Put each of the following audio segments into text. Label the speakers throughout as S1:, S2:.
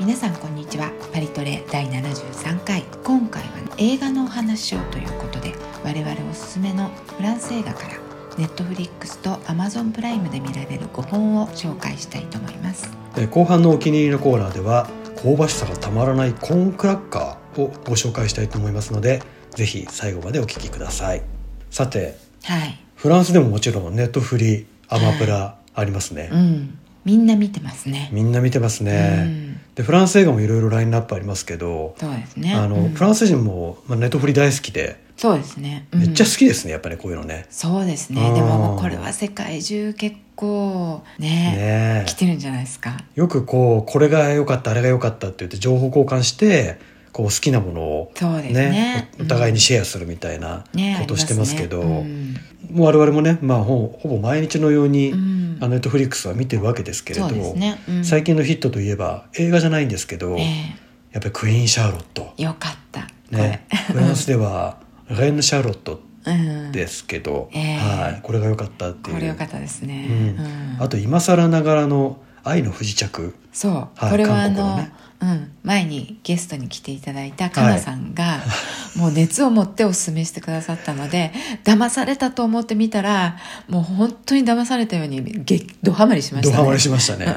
S1: 皆さんこんにちはパリトレ第73回今回は映画のお話をということで我々おすすめのフランス映画からネットフリックスと Amazon プライムで見られる5本を紹介したいと思います
S2: えー後半のお気に入りのコーナーでは香ばしさがたまらないコーンクラッカーをご紹介したいと思いますのでぜひ最後までお聞きくださいさて
S1: はい
S2: フランスでももちろんネットフリアマプラありますね、
S1: うんみんな見てますね
S2: みんな見てます
S1: う
S2: ね、
S1: ん、
S2: でフランス映画もいろいろラインナップありますけど、
S1: そうですね
S2: あの
S1: うん
S2: フランス人も、まあ、ネットフリ大好きで
S1: そうですね、うん
S2: めっちゃ好きですね、やっぱり、ね、こういうのね
S1: そうですね
S2: うん
S1: でももうこれは世界中結構ね
S2: ね
S1: 来てるんじゃないですか
S2: よくこうこれが良かったあれが良かったって言って情報交換してこう好きなものを
S1: そうですね
S2: ねおお互いにシェアするみたいな
S1: ね
S2: ことをしてますけど、
S1: ありますね
S2: もう我々もね、まあ、ほほぼ毎日のように、
S1: うんうん
S2: あのネットフリックスは見てるわけですけれ
S1: そう
S2: ど、
S1: ですね、うん
S2: 最近のヒットといえば映画じゃないんですけど、
S1: え
S2: やっぱり「クイーン・シャーロット
S1: えよかった」
S2: ね、フランスでは「レン・シャーロット
S1: これ,、うん」、
S2: ですけ ど、
S1: ええ
S2: はい、これが良かったっていう
S1: これよかったですね、
S2: うん
S1: うん
S2: あと今更ながらの「愛の不時着
S1: そう、
S2: はい
S1: これはあ
S2: 韓国
S1: の
S2: のね
S1: うん、前にゲストに来ていただいたかなさんが、 もう熱を持っておすすめしてくださったので騙されたと思ってみたらもう本当に騙されたようにげドハマりし」まし
S2: ド
S1: たね
S2: ハマりしました ね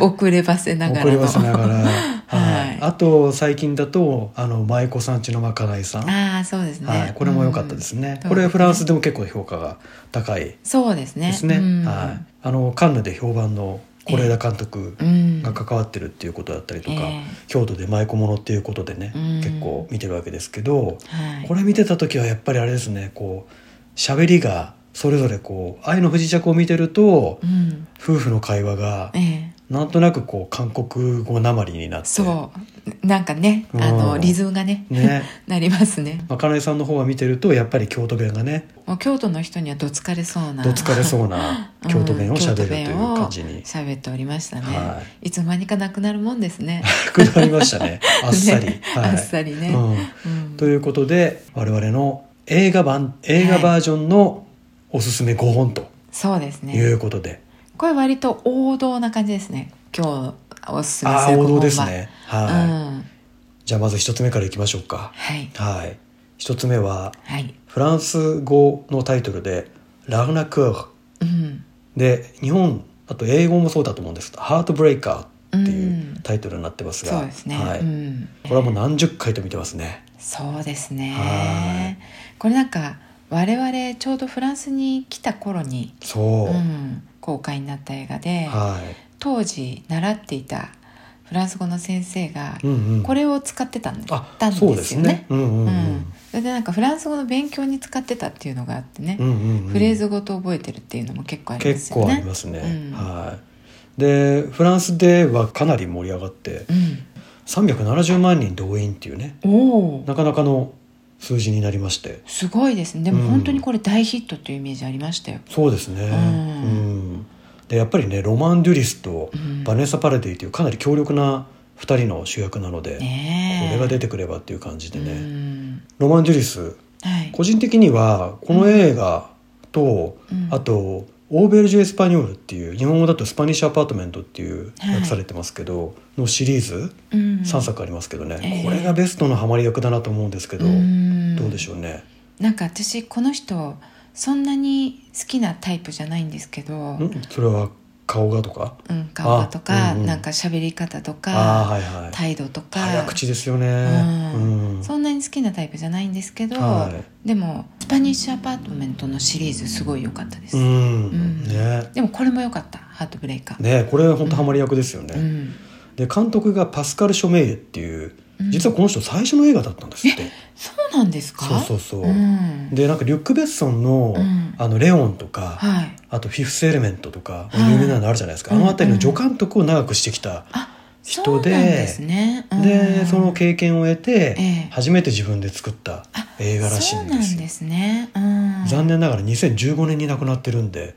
S1: 遅ればせながら
S2: 遅
S1: の
S2: れ ばせながら、
S1: はい
S2: あと最近だとあの舞妓さんちのまかないさん、
S1: ああそうですね、
S2: はい、これも良かったです
S1: うん
S2: ね、
S1: そう
S2: これフランスでも結構評価が高い
S1: そうですね
S2: ですね。
S1: うん
S2: はい。あのカンヌで評判の是枝監督
S1: うん
S2: が関わってるっていうことだったりとか、
S1: ええ
S2: 京都で舞妓物っていうことでね、
S1: うん
S2: 結構見てるわけですけど、
S1: はい、
S2: これ見てた時はやっぱりあれですね、こう喋りがそれぞれこう愛の不時着を見てると、
S1: うん
S2: 夫婦の会話が
S1: ええ
S2: なんとなくこう韓国語なまりになって、
S1: そうなんかねあの
S2: うん
S1: リズムがね
S2: ね。
S1: なりますね
S2: まかないさんの方は見てるとやっぱり京都弁がね
S1: もう京都の人にはどつかれ そうな
S2: どつかれそうな京都弁を喋るという感じ
S1: うん京
S2: に
S1: 都弁を喋っておりましたね、、
S2: はい
S1: つの間にかなくなるもんです ね
S2: くなりまし たねあっさり、
S1: ね
S2: はい
S1: あっさりね、
S2: う
S1: うん
S2: ん、ということで我々の映画版映画バージョンのおすすめ5本と
S1: そうです
S2: い
S1: ね
S2: うことで、
S1: これ割と王道な感じですね今日おすすめ
S2: あ
S1: す
S2: あ
S1: る
S2: 王
S1: この
S2: 道です
S1: 本は
S2: ね
S1: う
S2: はい、
S1: ん
S2: じゃあまず1つ目からいきましょうか
S1: はい
S2: はい1つ目は
S1: はい
S2: フランス語のタイトルで「ラグナクー
S1: う
S2: ル
S1: ん」
S2: で日本あと英語もそうだと思うんですけど「ハートブレイカー」っていううんタイトルになってますが、
S1: そうですね、
S2: はい
S1: うん、
S2: これはもう何十回と見てますね
S1: そうですね
S2: は
S1: これなんか我々ちょうどフランスに来た頃に、
S2: そう、
S1: うん、公開になった映画で
S2: はい
S1: 当時習っていたフランス語の先生が
S2: うんうん、
S1: これを使ってたんだ
S2: あ
S1: ったんです
S2: そ
S1: よ
S2: う
S1: ね。
S2: ですね。うんうんう
S1: うん
S2: ん。
S1: それでなんかフランス語の勉強に使ってたっていうのがあってね、
S2: うんうんうん
S1: フレーズごと覚えてるっていうのも結構ありま
S2: 結
S1: すよね。
S2: 構ありますね。
S1: うん
S2: はい。でフランスではかなり盛り上がって370万人動員っていうね
S1: うん、おお
S2: なかなかの数字になりまして
S1: すごいですねで
S2: う
S1: も
S2: ん
S1: 本当にこれ大ヒットというイメージありましたよ。
S2: そうですね。
S1: うん
S2: うんでやっぱりねロマン・デュリスと
S1: うん
S2: バネッサ・パレディというかなり強力な2人の主役なので、
S1: ねえ
S2: これが出てくればっていう感じでね、
S1: うん
S2: ロマン・デュリス
S1: はい、
S2: 個人的にはこの映画と、
S1: うん
S2: あと「オーベルジュ・エスパニョール」っていう日本語だと「スパニッシュ・アパートメント」っていう
S1: はい
S2: 訳されてますけど、のシリーズ
S1: うん
S2: 3作ありますけどね、
S1: ええ
S2: これがベストのハマり役だなと思うんですけど、
S1: ん
S2: どうでしょうね。
S1: なんか私この人そんなに好きなタイプじゃないんですけど、
S2: んそれは顔がとか
S1: うん、顔がとか、
S2: あうんうん
S1: なんか喋り方と
S2: ああ
S1: か、
S2: はいはい
S1: 態度とか
S2: 早口ですよね。
S1: うん
S2: うん
S1: そんなに好きなタイプじゃないんですけど、
S2: は
S1: でも「スパニッシュ・アパートメント」のシリーズすごい良かったです、
S2: う
S1: ん
S2: んね
S1: でもこれも良かった「ハートブレイカー」
S2: ねこれは本当ハマり役ですよね。
S1: うん、
S2: で監督がパスカル・ショメイエっていう実はこの人最初の映画だったんですって。
S1: そうなんですか
S2: そうそうそう
S1: ん、
S2: でなんかリュック・ベッソンの「
S1: うん
S2: あのレオン」とか、
S1: はい
S2: あと「フィフス・エレメント」とか
S1: はい
S2: 有名なのあるじゃないです
S1: う
S2: か、
S1: ん
S2: あの辺りの助監督を長くしてきた、
S1: あ
S2: 人
S1: そうなん
S2: で
S1: ですね、うん
S2: でその経験を得て、
S1: ええ
S2: 初めて自分で作った映画らしいんで
S1: そうな
S2: す
S1: ん
S2: よ
S1: ですね、うん、
S2: 残念ながら2015年に亡くなってるんで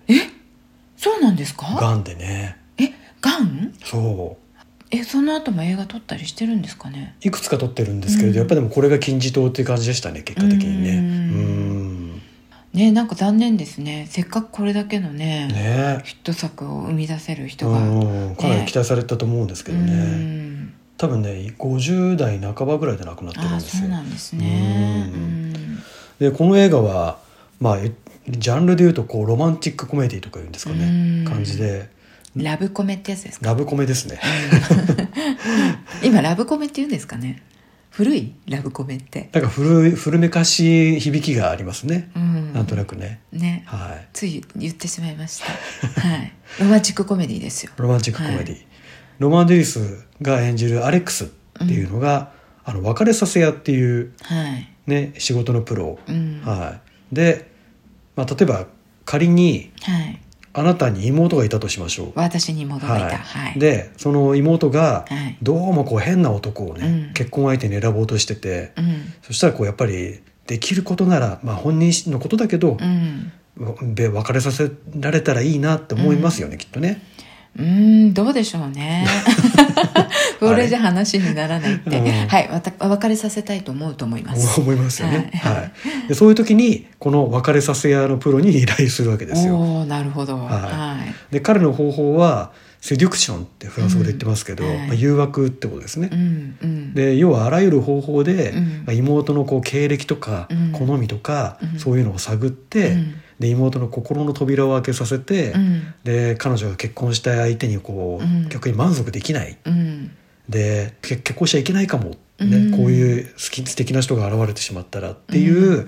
S1: そうなんですか
S2: がんでね
S1: えがん
S2: そう
S1: えその後も映画撮ったりしてるんですかね
S2: いくつか撮ってるんですけれど、
S1: うん
S2: やっぱでもこれが金字塔っていう感じでしたね結果的にね
S1: う
S2: うんん
S1: ねなんか残念ですねせっかくこれだけのね
S2: ね
S1: ヒット作を生み出せる人
S2: う
S1: が、
S2: んうん、かなり
S1: ね
S2: 期待されたと思うんですけどね、
S1: うん
S2: 多分ね50代半ばぐらいで亡くなってるん
S1: ああ
S2: です
S1: そう
S2: よ
S1: なんですねう
S2: う
S1: んん
S2: でこの映画はまあえジャンルでいうとこうロマンチックコメディとかいうんですかね
S1: うん
S2: 感じで
S1: ラブコメってやつですか
S2: ラブコメですね
S1: 今ラブコメって言うんですかね古いラブコメって、
S2: なんか古い古めかしい響きがありますね、
S1: うん、
S2: なんとなくね
S1: ね
S2: はい
S1: つい言ってしまいましたはいロマンチックコメディですよ
S2: ロマンチックコメディ、
S1: は
S2: ロマン・デリスが演じるアレックスっていうのが、あの別れさせ屋っていう、
S1: はい
S2: ね、仕事のプロ、
S1: うんは
S2: はい、で、まあ、例えば仮に
S1: い
S2: あなたに妹がいたとしましょう、
S1: 私に戻りたはい、はい、
S2: でその妹が
S1: はい
S2: どうもこう変な男をね、
S1: うん
S2: 結婚相手に選ぼうとしてて、
S1: うん
S2: そしたらこうやっぱりできることなら、まあ、本人のことだけど
S1: う、ん
S2: べ別れさせられたらいいなって思いますよね、きっとね。
S1: うーんどうでしょう ねこれじゃ話にならないって、
S2: うん
S1: はいわたお別れさせたいと思うと思います
S2: 思いますよね、は
S1: はいい
S2: でそういう時にこの別れさせ屋のプロに依頼するわけですよ
S1: おおーなるほど
S2: はい
S1: は
S2: で彼の方法はセデュクションってフランス語で言ってますけど、
S1: うんはい
S2: まあ、誘惑ってことですね、
S1: い、うんうん
S2: で要はあらゆる方法で、
S1: うん
S2: まあ妹のこう経歴とか、
S1: うん
S2: 好みとか、
S1: うん
S2: そういうのを探って、
S1: うん
S2: で妹の心の扉を開けさせて、
S1: うん
S2: で彼女が結婚したい相手にこう、
S1: うん
S2: 逆に満足できない
S1: うん
S2: でけ結婚しちゃいけないかも、ね
S1: うん
S2: こういう好き素敵な人が現れてしまったらっていう、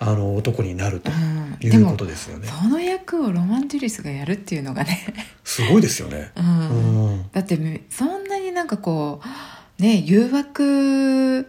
S2: あの男になると
S1: うん
S2: い
S1: で
S2: うこ
S1: も
S2: とですよね。
S1: その役をロマンテュリスがやるっていうのがね、
S2: すごいですよね。
S1: うん
S2: うん
S1: だってめそんなになんかこうね誘惑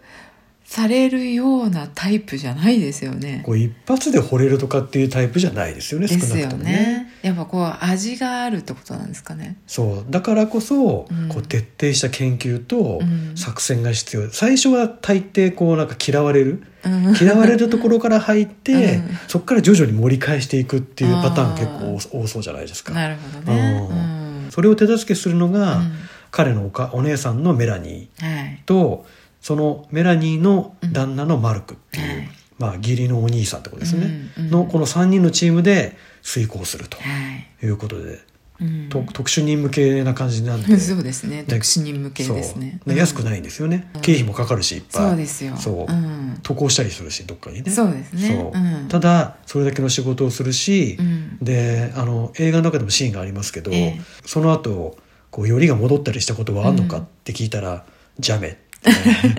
S1: されるようなタイプじゃないですよね
S2: こう一発で惚れるとかっていうタイプじゃないですよね。
S1: です
S2: 少な
S1: よ
S2: くとも
S1: ねやっぱこう味があるってことなんですかね
S2: そうだからこそ、
S1: うん
S2: こう徹底した研究と
S1: うん
S2: 作戦が必要、最初は大抵こうなんか嫌われる
S1: うん
S2: 嫌われるところから入って、
S1: うん
S2: そこから徐々に盛り返していくっていうパターンが結構多多そうじゃないですか。
S1: なるほどね
S2: う
S1: うんん
S2: それを手助けするのが、
S1: うん
S2: 彼のおかお姉さんのメラニ
S1: はい
S2: ーとそのメラニーの旦那のマルクっていう、
S1: はい
S2: まあ、義理のお兄さんってことですね、
S1: うんうん
S2: のこの3人のチームで遂行すると
S1: はい
S2: いうことで、
S1: うん
S2: と特殊任務系な感じなんで
S1: そうですね独身人向けですね
S2: そうで安く
S1: い
S2: ないんですよね、経費もかかるしいっぱい
S1: そうですよ
S2: そう
S1: うん
S2: 渡航したりするしどっかにね
S1: そうですね
S2: そう
S1: うん
S2: ただそれだけの仕事をするし、
S1: うん
S2: であの映画の中でもシーンがありますけど、
S1: ええ
S2: その後こうよりが戻ったりしたことはあんのか
S1: う
S2: っ
S1: ん
S2: て聞いたら「ジャメ」って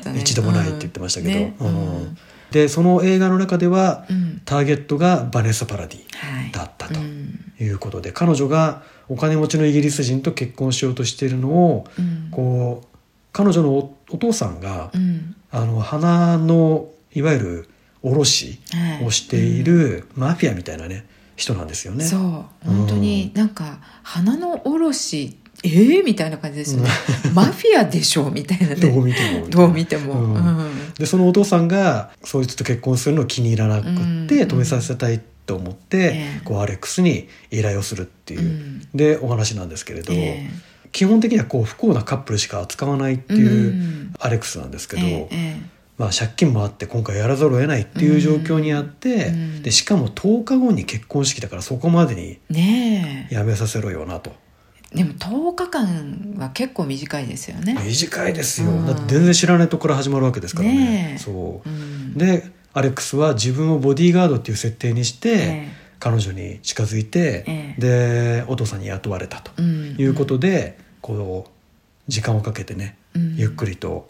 S2: ね
S1: ね
S2: 一度もないって言ってましたけど、
S1: うんね
S2: うん
S1: うん
S2: でその映画の中では、
S1: うん
S2: ターゲットがバネッサ・パラディ
S1: はい
S2: だったと
S1: うん
S2: いうことで、彼女がお金持ちのイギリス人と結婚しようとしているのを、
S1: うん
S2: こう彼女のおお父さんが、
S1: うん
S2: あの花のいわゆる卸
S1: はい
S2: をしているマフィアみたいなね人なんですよね。
S1: そう
S2: うん
S1: 本当になんか花の卸えー、みたいな感じですよね、マフィアでしょみたいな
S2: どう
S1: ね
S2: 見ても
S1: どう見ても、
S2: うん
S1: うん
S2: でそのお父さんがそいつと結婚するのを気に入らなくって、
S1: うん
S2: 止めさせたいと思って、
S1: ええ
S2: こうアレックスに依頼をするっていうう、
S1: ん
S2: でお話なんですけれど、
S1: え
S2: 基本的にはこう不幸なカップルしか扱わないって
S1: え
S2: いう、
S1: ん
S2: アレックスなんですけど、
S1: えええ
S2: まあ、借金もあって今回やらざるを得ないっていう状況にあって、
S1: うん
S2: でしかも10日後に結婚式だからそこまでに
S1: えね
S2: やめさせろよなと。
S1: えでも10日間は結構短いですよね、
S2: 短いですよ、
S1: うん
S2: だって全然知らないところから始まるわけですからね
S1: ねえ
S2: そう
S1: うん、
S2: でアレックスは自分をボディーガードっていう設定にして、
S1: え
S2: 彼女に近づいて、
S1: ええ
S2: でお父さんに雇われたと
S1: えうん
S2: いうことで、こう時間をかけてね、
S1: うん
S2: ゆっくりと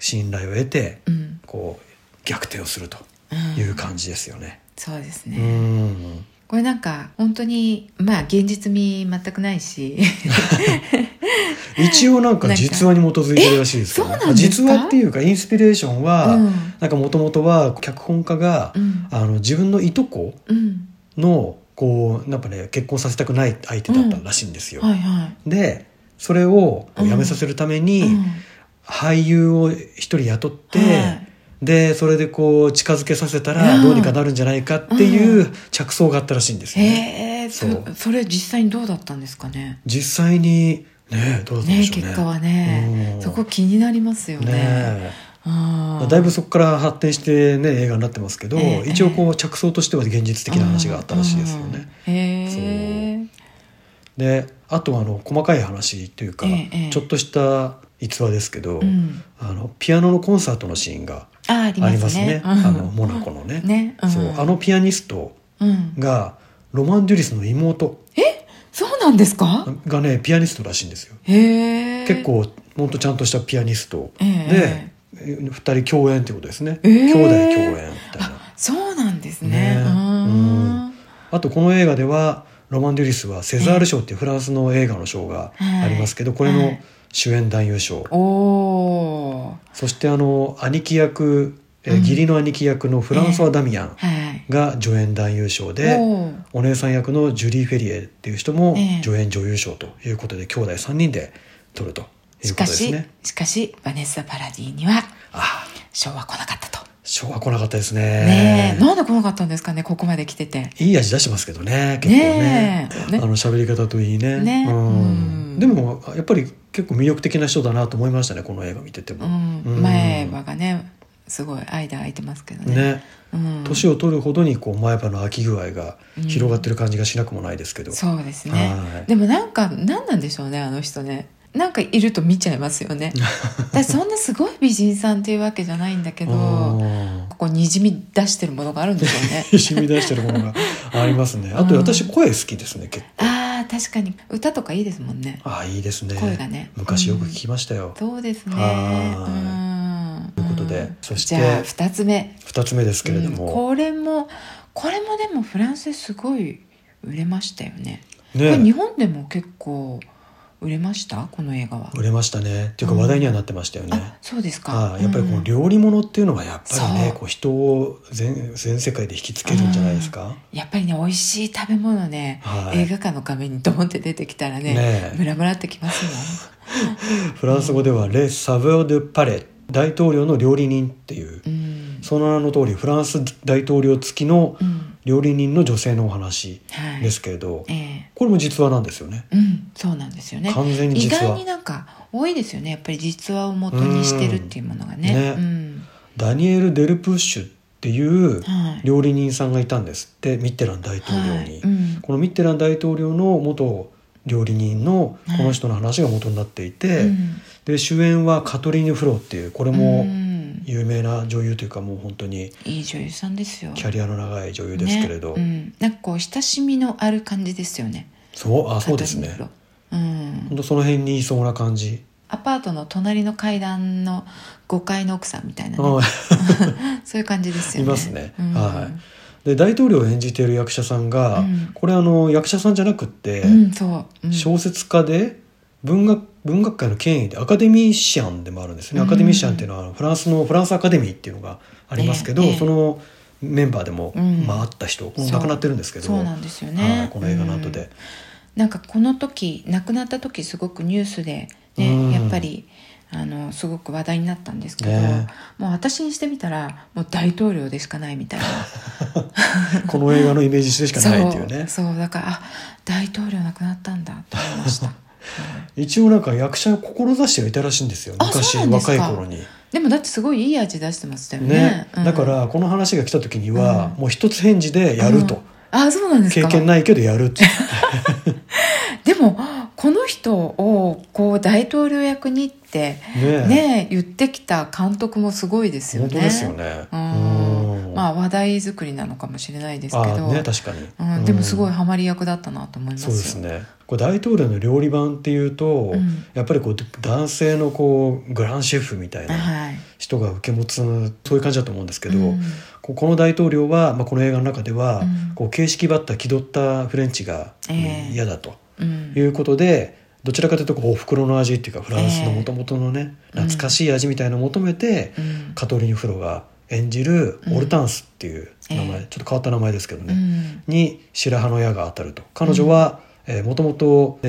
S2: 信頼を得て、
S1: うん
S2: こう逆転をすると
S1: うん
S2: いう感じですよね。
S1: そうです
S2: う
S1: ね、
S2: ん
S1: これなんか本当にまあ現実味全くないし
S2: 一応なんか実話に基づいてるらしいですけど、
S1: えそうなんですか
S2: 実話っていうかインスピレーションは、
S1: うん
S2: なんかもともとは脚本家が、
S1: うん
S2: あの自分のいとこ
S1: うん
S2: のこうなんかね結婚させたくない相手だったらしいんですよ。
S1: はいはい、
S2: でそれをこうやめさせるために、
S1: うん
S2: 俳優を一人雇って、
S1: はい
S2: でそれでこう近づけさせた
S1: う
S2: ら
S1: ん
S2: どうにかなるんじゃないかっていうう着想があったらしいんですよ
S1: へ
S2: ね。
S1: えそ
S2: そう
S1: それ実際にどうだったんですかね
S2: 実際にねどうだったん
S1: ね
S2: でしょうね。
S1: 結果はね
S2: うん
S1: そこ気になりますよね
S2: ねえ
S1: あ
S2: ま
S1: ー
S2: あだいぶそこから発展して、ね、映画になってますけど、
S1: ええ
S2: 一応こう着想としては現実的な話があったらしいですよね。。
S1: うんへー
S2: であとはあの細かい話というか、
S1: ええ
S2: ちょっとした逸話ですけど、
S1: うん
S2: あのピアノのコンサートのシーンが
S1: あーあり
S2: あり
S1: ま
S2: ますす
S1: ね
S2: ね。
S1: うん
S2: あのモナコのね。
S1: ね、うん
S2: そうあのピアニスト
S1: うん
S2: がロマン・デュリスの妹
S1: そうなんですか？
S2: がねピアニストらしいんですよ。
S1: へえ。
S2: 結構ほんとちゃんとしたピアニスト
S1: ええ
S2: で、二人共演ってことですね、
S1: ええ
S2: 兄弟共演みたいな
S1: そうなんですね。
S2: ね
S1: うーん
S2: あとこの映画ではロマン・デュリスはセザール賞っていうフランスの映画の賞がありますけど、
S1: はい
S2: これ
S1: は
S2: の
S1: い
S2: 主演男優賞、
S1: おー
S2: そしてあの兄貴役、えー
S1: うん
S2: 義理の兄貴役のフランソワ・ダミアン
S1: はい。
S2: が助演男優賞で、
S1: おー
S2: お姉さん役のジュリー・フェリエっていう人も
S1: ええ
S2: 助演女優賞ということで兄弟3人で撮るという
S1: し
S2: こと
S1: か
S2: です
S1: し
S2: ね。
S1: しかしバネッサ・パラディには
S2: ああ
S1: 賞は来なかったと。
S2: 賞は来なかったですね
S1: ねえ、なんで来なかったんですかねここまで来てて。
S2: いい味出してますけどね結構ね
S1: ねえね
S2: あの喋り方といいね
S1: ね
S2: うん
S1: うん
S2: でもやっぱり結構魅力的な人だなと思いましたねこの映画見てて
S1: う
S2: も、
S1: ん
S2: うん
S1: 前歯がねすごい間空いてますけどね。
S2: ね
S1: うん、
S2: 年を取るほどにこう前歯の空き具合が広がってる感じがしなくもないですけど、
S1: そうですね
S2: はい
S1: でもなんか何なんでしょうねあの人ねなんかいると見ちゃいますよ ねだそんなすごい美人さんっていうわけじゃないんだけ どこ
S2: ああ
S1: こにじみ出してるものがあるんでしょう ね
S2: 染み出してるも のがありますねあと
S1: うん
S2: 私声好きですね結構
S1: あー確かに歌とかいいですもんね
S2: ああいいですね
S1: 声がね
S2: 昔よく聞きましたよ、
S1: そうですね
S2: は
S1: うん
S2: ということでそして
S1: じゃあ2つ目、
S2: 二2つ目ですけれ
S1: う
S2: ど
S1: ん
S2: も、
S1: これもこれもでもフランスですごい売れましたよねこれ
S2: ね
S1: 日本でも結構売れましたこの映画は
S2: 売れましたねっていうか話題にはなってましたよね、
S1: あそうですか
S2: ああやっぱりこ
S1: う
S2: うん料理物っていうのはやっぱりね、
S1: そう
S2: こう人を全全世界で引きつけるんじゃないですか、
S1: やっぱりね美味しい食べ物ね、
S2: はい
S1: 映画館の画面にドーンって出てきたら
S2: ね
S1: ね
S2: え
S1: ムラムラってきますよ
S2: フランス語では「レ・サヴェ・ド・パレ」大統領の料理人っていう、
S1: うん、
S2: その名の通りフランス大統領付きの
S1: うん、
S2: 料理人の女性のお話
S1: はい
S2: ですけれど、
S1: ええ
S2: これも実話なんですよね。
S1: うん、そうなんですよね
S2: 完全に
S1: 意
S2: 実話
S1: 外になんか多いですよねやっぱり実話を元にしてるっていうものがね
S2: う
S1: うん
S2: ダニエル・デルプッシュっていう
S1: はい
S2: 料理人さんがいたんですってミッテラン大統領に。
S1: はいうん
S2: このミッテラン大統領の元料理人の
S1: はい
S2: この人の話が元になっていて、
S1: うん
S2: で主演はカトリーヌ・フローっていうこれ
S1: う
S2: も
S1: ん
S2: 有名な女優というかもう本当に
S1: いい女優さんですよ
S2: キャリアの長い女優ですけれど、
S1: ねうん、なんかこう親しみのある感じですよね
S2: そうあそうですね
S1: カトリーヌプロうん
S2: 本当その辺にいそうな感じ、
S1: アパートの隣の階段の5階の奥さんみたいな、ね、
S2: あ
S1: そういう感じですよ
S2: い
S1: ね。
S2: ますね、
S1: うん
S2: はいで大統領を演じている役者さんが、
S1: うん
S2: これあの役者さんじゃなくって、
S1: うん、そう。うん
S2: 小説家で文学文学界の権威でアカデミーシャンでもあるんですね、
S1: うん
S2: アカデミーシャンっていうのはあのフランスのフランスアカデミーっていうのがありますけど、
S1: ええええ
S2: そのメンバーでも、
S1: うん
S2: まあ、あった人も
S1: そう
S2: う亡くなってるんですけど
S1: そうなんですよね
S2: はいこの映画の後
S1: うん
S2: で、
S1: なんかこの時亡くなった時すごくニュースで、ね
S2: うん
S1: やっぱりあのすごく話題になったんですけど、
S2: ね
S1: もう私にしてみたらもう大統領でしかないみたいな
S2: この映画のイメージでしかないっていうね
S1: そうそうだからあ大統領亡くなったんだと思いました、はい
S2: 一応なんか役者を志してはいたらしいんですよ
S1: あ
S2: 昔
S1: そうなんです
S2: 若
S1: か
S2: い頃に。
S1: でもだってすごいいい味出してましたよね
S2: ね
S1: うん
S2: だからこの話が来た時には、もう一つ返事でやると、
S1: うんあそうなんです
S2: 経
S1: か
S2: 験ないけどやる って
S1: でもこの人をこう大統領役にって
S2: ね
S1: ね言ってきた監督もすごいですよね。
S2: 本当ですよね。
S1: うん
S2: うん
S1: まあ話題作りなのかもしれないですけ
S2: あ
S1: ど、
S2: ね確かに、
S1: うん、でもすごい
S2: うん
S1: ハマり役だったなと思います
S2: そ
S1: よ。
S2: うですねこう大統領の料理版っていうと、
S1: うん
S2: やっぱりこう男性のこうグランシェフみたいな
S1: はい。
S2: 人が受け持つそういう感じだと思うんですけど、
S1: うん
S2: こうこの大統領は、まあ、この映画の中では、
S1: うん
S2: こう形式ばった気取ったフレンチが
S1: ええ
S2: 嫌だと
S1: うん
S2: いうことで、どちらかというとこうお袋の味っていうかフランスの
S1: ええ
S2: もともとのね、
S1: うん
S2: 懐かしい味みたいなのを求めて、
S1: うん
S2: カトリーヌ・フロが演じるオルタンスっていう名前、
S1: うんええ
S2: ちょっと変わった名前ですけどね、
S1: うん
S2: に白羽の矢が当たると彼女はもともと田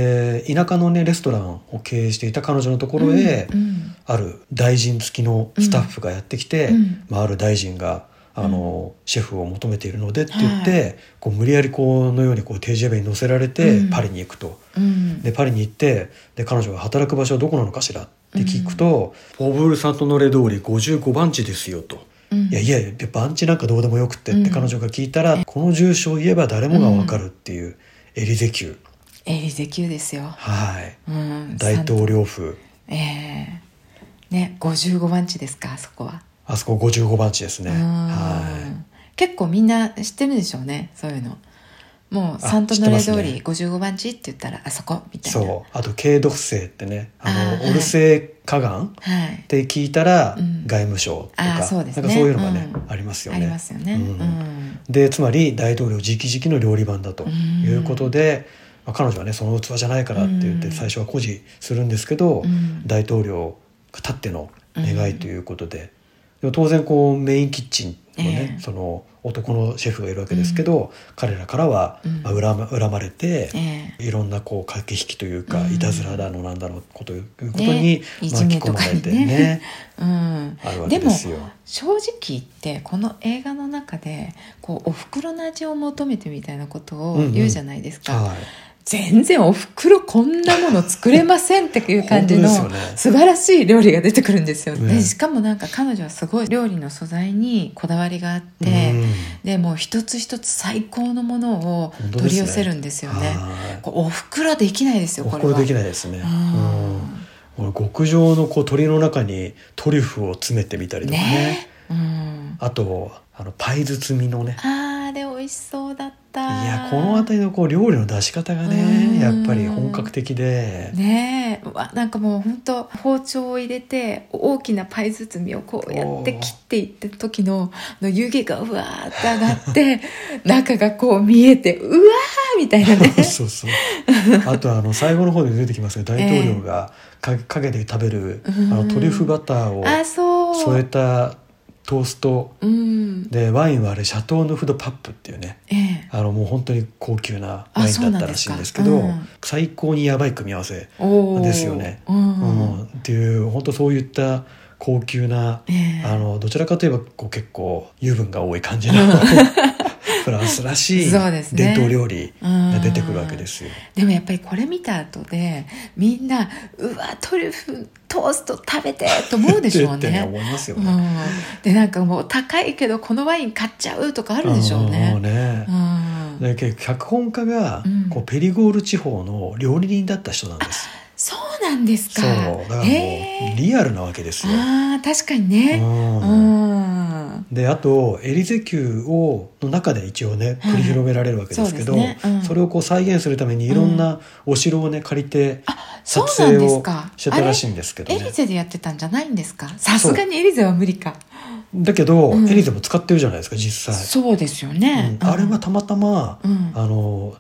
S2: 舎のねレストランを経営していた彼女のところへ、
S1: うん
S2: ある大臣付きのスタッフがやってきて、
S1: うん
S2: まあ、ある大臣があの、シェフを求めているのでって言って、こう無理やりこのようにこう定時弁に乗せられて
S1: うん
S2: パリに行くと。
S1: うん
S2: でパリに行ってで彼女が働く場所はどこなのかしらっって聞くと「オブールサントノレ通り55番地ですよ」と。
S1: うん
S2: いやいやいや番地なんかどうでもよくってって彼女が聞いたら、この住所を言えば誰もがわかるっていうエリゼ宮、
S1: エリゼ級ですよ、
S2: はい
S1: うん、
S2: 大
S1: さん
S2: 統領府
S1: ええね55番地ですかあそこは、
S2: あそこ55番地ですね
S1: うん
S2: は
S1: 結構みんな知ってるでしょうねそういうのもう
S2: あ
S1: サントノレ
S2: 知ってま
S1: 通
S2: す
S1: り
S2: ね
S1: 55番地って言ったらあそこみ
S2: い
S1: たいな
S2: そうあと軽毒性ってねあ
S1: あー
S2: の
S1: はい
S2: オルセイ河岸っ
S1: はい
S2: て聞いたら、
S1: うん
S2: 外務省と
S1: あー
S2: か
S1: そうですね
S2: なんかそういうのがね、
S1: うん
S2: ありますよ
S1: あ
S2: ね
S1: りますよね、う
S2: うん
S1: ん
S2: でつまり大統領直々の料理番だと
S1: うん
S2: いうことで、まあ、彼女はねその器じゃないからって言っ
S1: う
S2: て
S1: ん
S2: 最初は固辞するんですけど、
S1: うん
S2: 大統領がたっての願いということで,、でも当然こうメインキッチンのね、
S1: ええ
S2: その男のシェフがいるわけですけど、彼らからは
S1: うん
S2: まあ恨ま恨まれて。
S1: ええ
S2: いろんなこう駆け引きというか、
S1: うん
S2: いたずらだのなんだろうこということ
S1: ね
S2: に
S1: いじ
S2: 巻
S1: め
S2: き
S1: と
S2: 込ま
S1: か
S2: れ
S1: に
S2: てね
S1: ね うん、
S2: あるわけですよ。
S1: 正直言ってこの映画の中でこうお袋の味を求めてみたいなことを言うじゃないですか、
S2: は
S1: 全然お袋こんなもの作れませんっていう感じの
S2: 本当ですよね
S1: 素晴らしい料理が出てくるんですよ、
S2: ね
S1: でしかもなんか彼女はすごい料理の素材にこだわりがあっ
S2: い。
S1: て、
S2: うん
S1: でもう一つ一つ最高のものを
S2: 本当
S1: 取
S2: ですね
S1: り寄せるんですよね
S2: はい
S1: こうお袋できないですよ
S2: お
S1: これ
S2: こ
S1: は
S2: れできないですね。
S1: うん
S2: うん、これ極上のこう鳥の中にトリュフを詰めてみたりとかね。
S1: ねうん、
S2: あとあのパイ包みのね。
S1: あーで美味しそうだった
S2: いやこの辺りのこう料理の出し方がね
S1: うん
S2: やっぱり本格的で、
S1: ねえうわなんかもう本当包丁を入れて大きなパイ包みをこうやって切っていった時のの湯気がうわーって上がって 中がこう見えてうわーみたいなね
S2: そうそうあとあの最後の方で出てきますが大統領がか陰で食べるあ
S1: うん
S2: のトリュフバターを
S1: あそう
S2: 添えたトースト
S1: うん
S2: でワインはあれシャトーヌフドパップっていうね
S1: ええ
S2: あのもう本当に高級なワインだったらしいんですけど
S1: あそうなんです
S2: 最高にやばい組み合わせ、
S1: おー
S2: ですよね
S1: うん
S2: うんっていう本当そういった高級な、
S1: ええ
S2: あのどちらかといえばこう結構油分が多い感 じのフランスらしい
S1: そうですね
S2: 伝統料理が出てくるわけ
S1: うん
S2: ですよ。
S1: でもやっぱりこれ見た後でみんなうわトリュフトースト食べてと思うでしょう
S2: って
S1: ね
S2: 思いますよ
S1: う
S2: ね。
S1: ん、でなんかもう高いけどこのワイン買っちゃうとかあるでしょう
S2: うん
S1: ね。
S2: ね
S1: うん
S2: で結構脚本家が
S1: うん
S2: こうペリゴール地方の料理人だった人なんです。
S1: そうなんですか。
S2: そうだからも
S1: へー
S2: うリアルなわけですよ。
S1: あー確かにね。う
S2: うん
S1: ん。
S2: であとエリゼ宮をの中で一応ね
S1: はい
S2: 繰り広げられるわけですけど、
S1: そうですねうん
S2: れをこう再現するためにいろんなお城をね借りて撮
S1: そうなん
S2: 影
S1: です
S2: を
S1: か
S2: してたらしいんですけど
S1: エリ
S2: ね
S1: ゼでやってたんじゃないんですか。さすがにエリゼは無理か。
S2: だけど、
S1: うん
S2: エリゼも使ってるじゃないですか実際、
S1: そうですよね。
S2: うんあれはたまたま、
S1: うん
S2: あの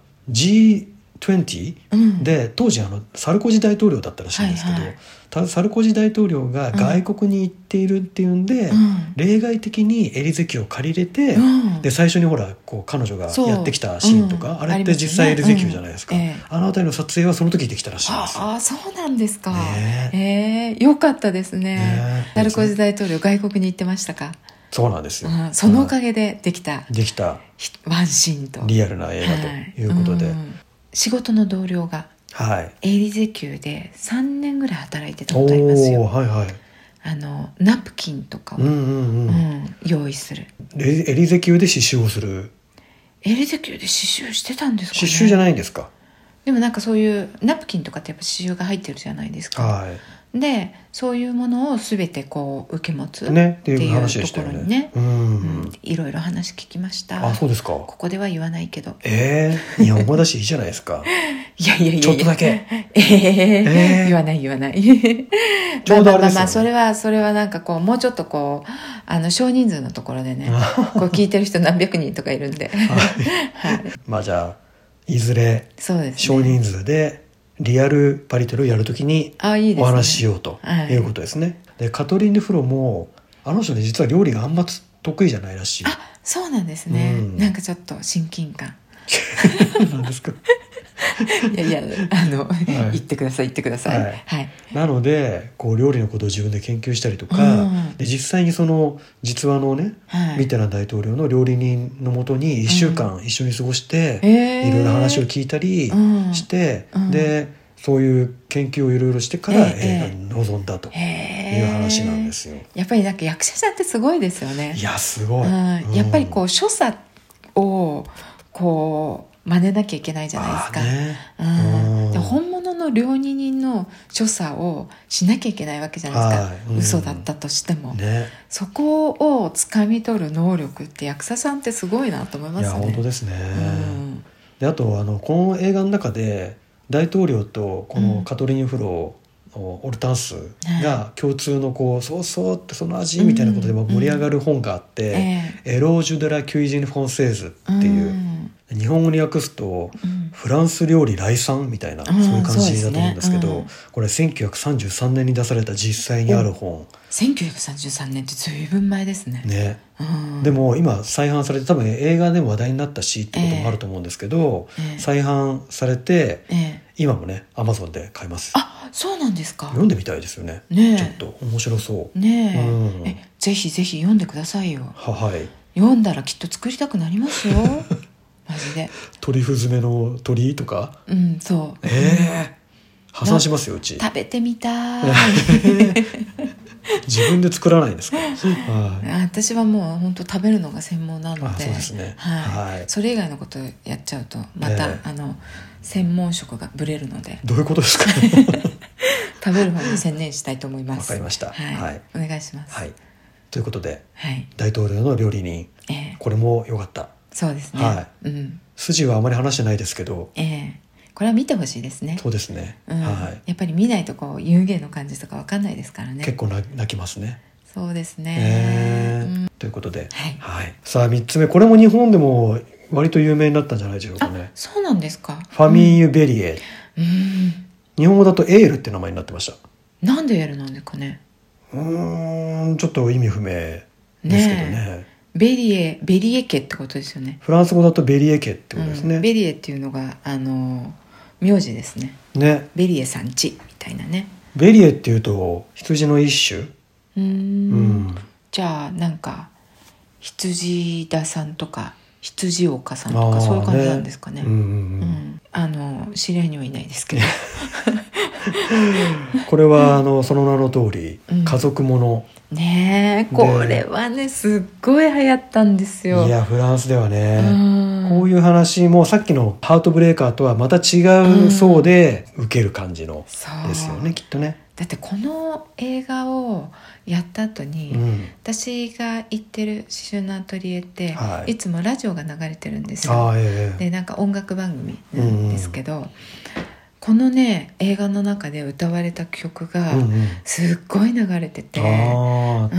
S2: G20
S1: うん、
S2: で当時あのサルコジ大統領だったらしいんですけど、
S1: はいはい
S2: たサルコジ大統領が外国に行っているっていうんで、
S1: うん
S2: 例外的にエリゼ宮を借りれて、
S1: うん
S2: で最初にほらこう彼女が
S1: そう
S2: やってきたシーンと
S1: う
S2: か、
S1: ん
S2: あれって実
S1: あ
S2: 際エ
S1: り
S2: リ
S1: ます
S2: ゼ
S1: よね
S2: 宮じゃないですか、
S1: うんええ
S2: あの辺りの撮影はその時できたらしいんですよ。
S1: ああそうなんですか。
S2: ね
S1: ええよかったですね。
S2: ねえ
S1: ダルコジ大統領外国に行ってましたか。
S2: そうなんですよ、
S1: うん、そのお
S2: う
S1: かげでできた
S2: んできた
S1: ひワンシーンと。
S2: リアルな映画ということで、
S1: は
S2: はいい
S1: うん仕事の同僚がエリゼ宮で3年ぐらい働いてた
S2: お
S1: ことあります
S2: お
S1: よ
S2: はいはい、
S1: あのナプキンとかを、
S2: う
S1: うんん
S2: うんうん
S1: 用意する
S2: エリエリゼ宮で刺繍をする
S1: エリゼ宮で刺繍してたんですか、ね、
S2: 刺繍じゃ
S1: い
S2: ないんですか、
S1: でもなんかそういうナプキンとかってやっぱ刺繍が入ってるじゃないですか
S2: はい
S1: でそういうものを全てこう受け持つ、
S2: ね、って
S1: って
S2: い
S1: いうう
S2: 話でしたよ
S1: ところ
S2: ね。
S1: にね
S2: うん、
S1: うんいろいろ話聞きました
S2: あ、そうですか。
S1: ここでは言わないけど
S2: ええいや、思い出していいじゃないですか。
S1: いやいやいやいや
S2: ちょっとだけ。
S1: ええ
S2: え
S1: 言わない言わない ち
S2: ょうど
S1: ま
S2: あれですよね
S1: あまあまあそれはそれはなんかこうもうちょっとこうあの少人数のところでねこう聞いてる人何百人とかいるんで、はい、
S2: まあ、じゃあ、いずれ
S1: そうですね
S2: 少人数でリアルパリトルをやるときに。
S1: あいいです、ね、
S2: お話ししようと
S1: はい
S2: いうことですね。で、カトリン・デュフロも、あの人ね、実は料理があんまつ得意じゃないらしい。
S1: あそうなんですね、
S2: うん
S1: なんかちょっと親近感
S2: なんです か。
S1: いやいやあの、
S2: い
S1: 言ってください言ってください
S2: は
S1: はいい、
S2: なので、こう料理のことを自分で研究したりとか、
S1: うん
S2: で、実際にその実話のね。
S1: はい
S2: ミテラン大統領の料理人のもとに1週間一緒に過ごして、
S1: へー
S2: いろいろ話を聞いたり
S1: うん
S2: して、
S1: うん
S2: でそういう研究をいろいろしてから
S1: ええ
S2: 映画に臨んだと
S1: へえ
S2: いう話なんですよ。
S1: やっぱりなんか役者さんってすごいですよね
S2: いやすごい、
S1: うん、やっぱりこう所作をこう真似なきゃいけないじゃないですか、
S2: まあね
S1: うん
S2: うん
S1: で本物の料理人の所作をしなきゃいけないわけじゃないですか、
S2: はいうん
S1: 嘘だったとしても、
S2: ね
S1: そこを掴み取る能力って役者さんってすごいなと思いま
S2: い
S1: す
S2: や
S1: よね。
S2: 本当ですね。
S1: うん
S2: であとあのこの映画の中で大統領とこのカトリーヌ・フロー、オルタンスが共通のこう「そうそう」ってその味みたいなことでも盛り上がる本があって「
S1: え
S2: エロージュ・デラ・キュイジン・フォンセーズ」
S1: え
S2: っていう
S1: う、ん
S2: 日本語に訳すと
S1: うん
S2: フランス料理来産みたいな、
S1: うん
S2: そういう感じだと思うんですけど
S1: そうですね
S2: これ1933年に出された実際にある本
S1: 1933年って随分前ですね。
S2: ね、
S1: うん
S2: でも今再販されて多分映画でも話題になったしってこともあると思うんですけど、
S1: ええ
S2: 再販されて
S1: ええ
S2: 今もねアマゾンで買えます
S1: あそうなんですか。
S2: 読んでみたいですよね
S1: ねえ
S2: ちょっと面白そう
S1: ねえ,、
S2: うん
S1: えぜひぜひ読んでくださいよ。
S2: ははい
S1: 読んだらきっと作りたくなります よ。マジで。
S2: トリュフ詰めの鳥とか
S1: うんそう。
S2: ええ破産しますようち
S1: 食べてみたい。
S2: 自分で作らないんですかはい
S1: 私はもう本当食べるのが専門なの
S2: あ
S1: で
S2: そうですね
S1: はい
S2: はい
S1: それ以外のことやっちゃうとまた、
S2: ええ
S1: あの専門職がぶれるので
S2: どういうことですか
S1: 食べる方に専念したいと思います
S2: わかりました
S1: はい、
S2: はい
S1: お願いします
S2: はいということで
S1: はい
S2: 大統領の料理人
S1: ええ
S2: これも良かった
S1: そうですね、
S2: は
S1: うん
S2: 筋はあまり話してないですけど
S1: ええこれは見てほしいですね
S2: そうですね、
S1: うん
S2: はい
S1: やっぱり見ないとこう湯気の感じとかわかんないですからね
S2: 結構な泣きますね
S1: そうです
S2: え
S1: ね、
S2: ー
S1: うん
S2: ということで、
S1: はい
S2: さあ3つ目これも日本でも割と有名になったんじゃないでしょうか
S1: あ
S2: ね
S1: そうなんですか
S2: ファミーユ・ベリエ、
S1: うん、うん
S2: 日本語だとエールって名前になってました
S1: なんでやるなんでかね
S2: うーんちょっと意味不明ですけどね
S1: ベリエベリエ家ってことですよね
S2: フランス語だとベリエ家ってことですね、
S1: うんベリエっていうのがあの名字ですね
S2: ね
S1: ベリエさんちみたいなね
S2: ベリエっていうと羊の一種
S1: うーん
S2: うん
S1: じゃあなんか羊田さんとか羊岡さんと
S2: あ
S1: か
S2: ー
S1: そういう感じなんですかね
S2: うんうん
S1: う
S2: うん
S1: んあの知り合いにはいないですけど
S2: これはあのその名の通り、
S1: うん
S2: 家族もの
S1: ねえこれはねすっごい流行ったんです
S2: い
S1: よ
S2: やフランスではね、
S1: うん
S2: こういう話もさっきのハートブレーカーとはまた違うそうで受ける感じの
S1: そう
S2: ですよねきっとね。
S1: だってこの映画をやった後に、
S2: うん、
S1: 私が行ってる刺繍のアトリエって、
S2: はい
S1: い、つもラジオが流れてるんです
S2: あ
S1: よ
S2: あええ
S1: でなんか音楽番組なんですけど、このね映画の中で歌われた曲が
S2: うんうん、
S1: すっごい流れてて、うん、
S2: ああ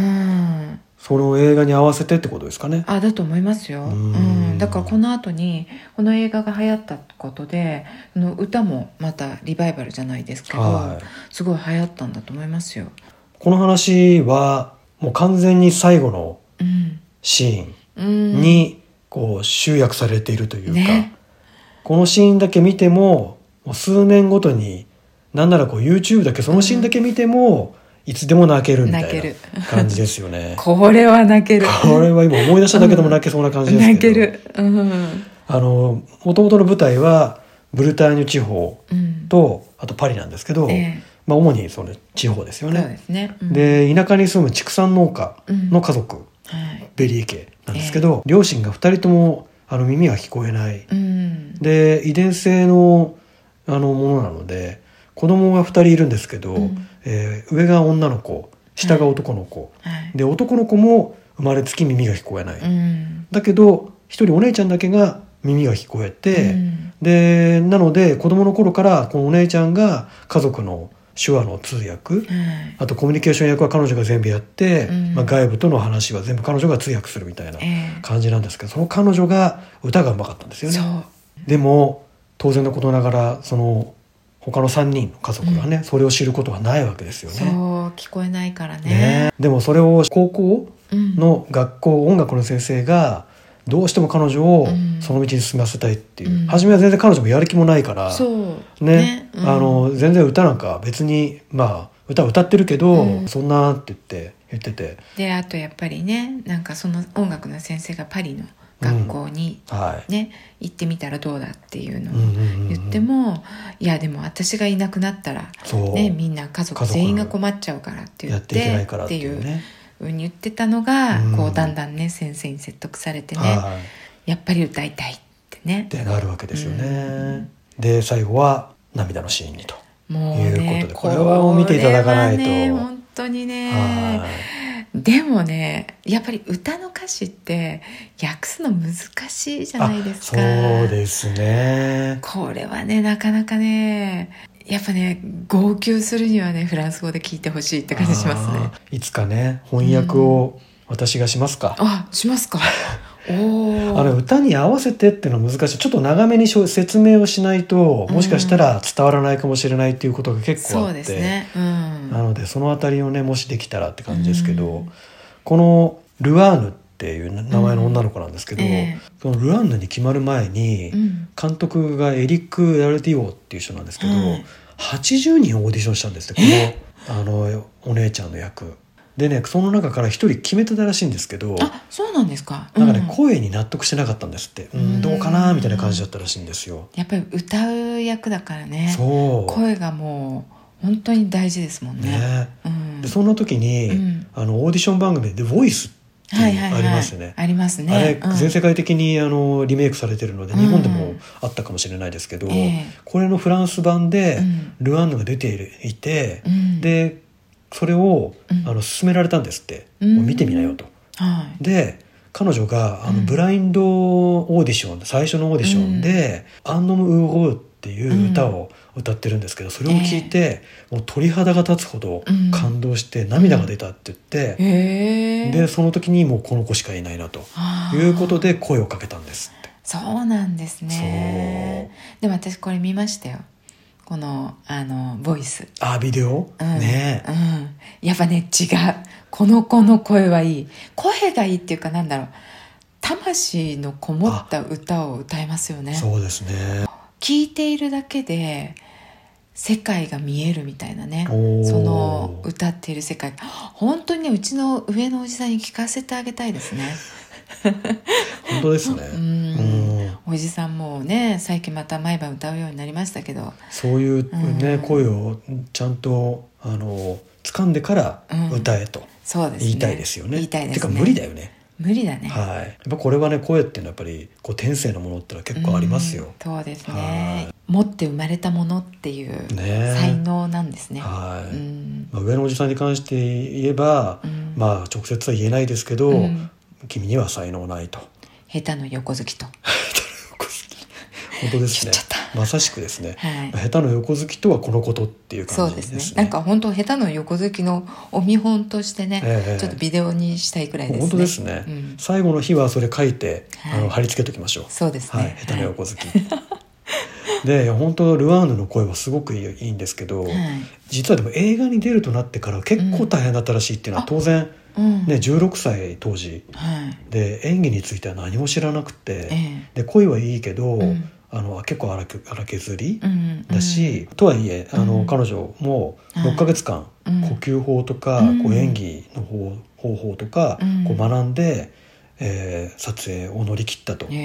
S1: あ
S2: その映画に合わせてってことですかね。
S1: だと思いますよ、
S2: うん
S1: うん、だからこの後にこの映画が流行ったことでその歌もまたリバイバルじゃないですけど、
S2: はい
S1: すごい流行ったんだと思いますよ。
S2: この話はもう完全に最後の
S1: うん
S2: シ
S1: うん
S2: ーンにこう集約されているというか、
S1: ね
S2: このシーンだけ見てももう数年ごとになんならこう YouTube だけそのシーンだけ見ても、いつでも泣けるみた
S1: 泣け
S2: い
S1: る
S2: な感じですよね。
S1: これは泣ける
S2: これは今思い出しただけでも泣けそうな感じですけど、
S1: 泣けるうん、
S2: あの元々の舞台はブルターニュ地方
S1: うん、
S2: とあとパリなんですけど、
S1: ええ
S2: まあ、主にその地方ですよ
S1: そう
S2: ね
S1: ですね、うん、
S2: で田舎に住む畜産農家の家族、
S1: はい
S2: ベリエ家なんですけど、両親が2人ともあの耳が聞こえない
S1: うん
S2: で遺伝性のあのものなので子供が2人いるんですけど、
S1: うん
S2: えー上が女の子下が男の子、
S1: はい
S2: で男の子も生まれつき耳が聞こえない、
S1: うん
S2: だけど一人お姉ちゃんだけが耳が聞こえて、
S1: うん
S2: でなので子供の頃からこのお姉ちゃんが家族の手話の通訳
S1: はい
S2: あとコミュニケーション役は彼女が全部やって、
S1: うん
S2: まあ、外部との話は全部彼女が通訳するみたいな
S1: え
S2: 感じなんですけどその彼女が歌がうまかったんです
S1: え
S2: よ
S1: そ
S2: ね。
S1: う
S2: でも当然のことながらその他の3人の家族がね、それを知ることはないわけですよ
S1: そう
S2: ね。
S1: 聞こえないからね
S2: ねでもそれを高校
S1: うん、
S2: の学校音楽の先生がどうしても彼女を
S1: うん
S2: その道に進ませたいっていう、
S1: うん
S2: 初めは全然彼女もやる気もないから、
S1: そう
S2: ね
S1: うん
S2: あの全然歌なんか別にまあ歌は歌ってるけど、
S1: うん
S2: そんなって言って言ってて
S1: であとやっぱりねなんかその音楽の先生がパリの学校に
S2: はい。
S1: ね、行ってみたらどうだっていうの
S2: うん
S1: を
S2: うんうんうん
S1: 言って、っても、いやでも私がいなくなったら、
S2: そう、
S1: ね、みんな家
S2: 家
S1: 族
S2: 族
S1: 全員が困っちゃうからって言
S2: や
S1: っ
S2: っていけな
S1: て
S2: いからっ
S1: ってて
S2: い
S1: いうう
S2: ね。
S1: ふうに言ってたのが、
S2: うん
S1: こうだんだんね先生に説得されてね、
S2: は
S1: やっぱり歌いたいってね
S2: い、ってなるわけですよね。
S1: うん
S2: で最後は涙のシーンにと。
S1: もうね
S2: いうことでこれは見ていただかない
S1: こ
S2: と
S1: れはね本当にね
S2: はい
S1: でもねやっぱり歌の歌詞って訳すの難しいじゃないですか
S2: あそうですね。
S1: これはねなかなかねやっぱね号泣するにはねフランス語で聞いてほしいって感じしますね
S2: あーいつかね翻訳を私がしますか。
S1: あします かおお
S2: あの歌に合わせてっていうのは難しいちょっと長めにしょ説明をしないともしかしたら伝わらないかもしれないっていうことが結構
S1: そ
S2: あ
S1: う
S2: って、
S1: ですねう
S2: なんのでその辺りをねもしできたらって感じですけど、
S1: うん
S2: このルアーヌっていう名前の女の子なんですけど、
S1: うんええ
S2: そのルアーヌに決まる前に
S1: うん
S2: 監督がエリック・ダルディオっていう人なんですけど、
S1: はい
S2: 80人オーディションしたんですってこのあのお姉ちゃんの役。でねその中から一人決めてたらしいんですけど
S1: あそうなんですか
S2: なんかね、
S1: うん
S2: 声に納得してなかったんですって、うん
S1: うん
S2: どうかなみたいな感じだったらしいんですよ。
S1: やっぱり歌う役だからね
S2: そう
S1: 声がもう本当に大事ですもんね
S2: ね
S1: うん
S2: でそんな時に、
S1: うん
S2: あのオーディション番組で「ボイスって
S1: はいはい
S2: いう
S1: はい
S2: ありますよね。
S1: ありますね
S2: あれ、
S1: うん
S2: 全世界的にあのリメイクされてるので、
S1: うん
S2: 日本でもあったかもしれないですけど、
S1: ええ
S2: これのフランス版で、
S1: うん
S2: ルアンヌが出ているいて
S1: う、ん
S2: でそれを、
S1: うん
S2: あの勧められたんですって、
S1: うん
S2: もう見てみなよと。
S1: はい
S2: で彼女があの、
S1: うん
S2: ブラインドオーディション最初のオーディションで「アンノム・ウーゴー」っていう歌を歌ってるんですけどそれを聞いて、もう鳥肌が立つほど
S1: うん
S2: 感動して涙が出たって言って、
S1: へえ
S2: でその時にもうこの子しかいないなと
S1: あー
S2: いうことで声をかけたんですって。
S1: そうなんですねでも私これ見ましたよこのあのボイス、
S2: あビデオ、
S1: うん、
S2: ねえ
S1: うん、やっぱね違うこの子の声はいい声がいいっていうかなんだろう魂のこもった歌を歌いますよね
S2: そうですね。
S1: 聞いているだけで世界が見えるみたいなね
S2: おー
S1: その歌っている世界本当にねうちの上のおじさんに聞かせてあげたいですね
S2: 本当ですね。
S1: うん
S2: うん
S1: おじさんもね最近また毎晩歌うようになりましたけど
S2: そういうね、
S1: うん
S2: 声をちゃんとあの掴んでから歌えと。
S1: そうですね
S2: 言いたいですよね。
S1: 言いたいですね
S2: てか無理だよね。
S1: 無理だね
S2: はい。やっぱこれはね声っていうのはやっぱりこう天性のものってのは結構ありますよ。
S1: うんそうです
S2: は
S1: ね持って生まれたものっていう
S2: ね
S1: 才能なんですね
S2: はい。
S1: うん
S2: まあ、上のおじさんに関して言えば、
S1: うん
S2: まあ直接は言えないですけど、
S1: うん
S2: 君には才能ないと。
S1: 下手の横好きと
S2: 本当ですね
S1: 言っちゃっ。
S2: まさしくですね。
S1: はい
S2: 下手の横好きとはこのことっていう
S1: そ
S2: 感
S1: う
S2: じで
S1: ですす
S2: ね。
S1: ねなんか本当下手の横好きのお見本としてね、
S2: ええ
S1: ちょっとビデオにしたいくらいですね
S2: 本当ですね、
S1: うん
S2: 最後の日はそれ書いて、
S1: はい
S2: あの貼り付けときましょう。
S1: そうですね
S2: はい、下手な横好き。 で本当ルアーヌの声はすごくいいいいんですけど、
S1: はい
S2: 実はでも映画に出るとなってから結構大変だったらしいっていうのは当然、
S1: うん
S2: ね、16歳当時
S1: はい
S2: で演技については何も知らなくて、
S1: ええ
S2: で恋はいいけど、
S1: うん
S2: あの結構荒け荒削り
S1: うんうん
S2: だし、とはいえあの、
S1: うん
S2: 彼女も
S1: はい
S2: 6ヶ月間、
S1: うん
S2: 呼吸法とか、
S1: うん
S2: こう演技の方方法とか、
S1: うん
S2: こう学んで、えー撮影を乗り切ったと
S1: へ
S2: い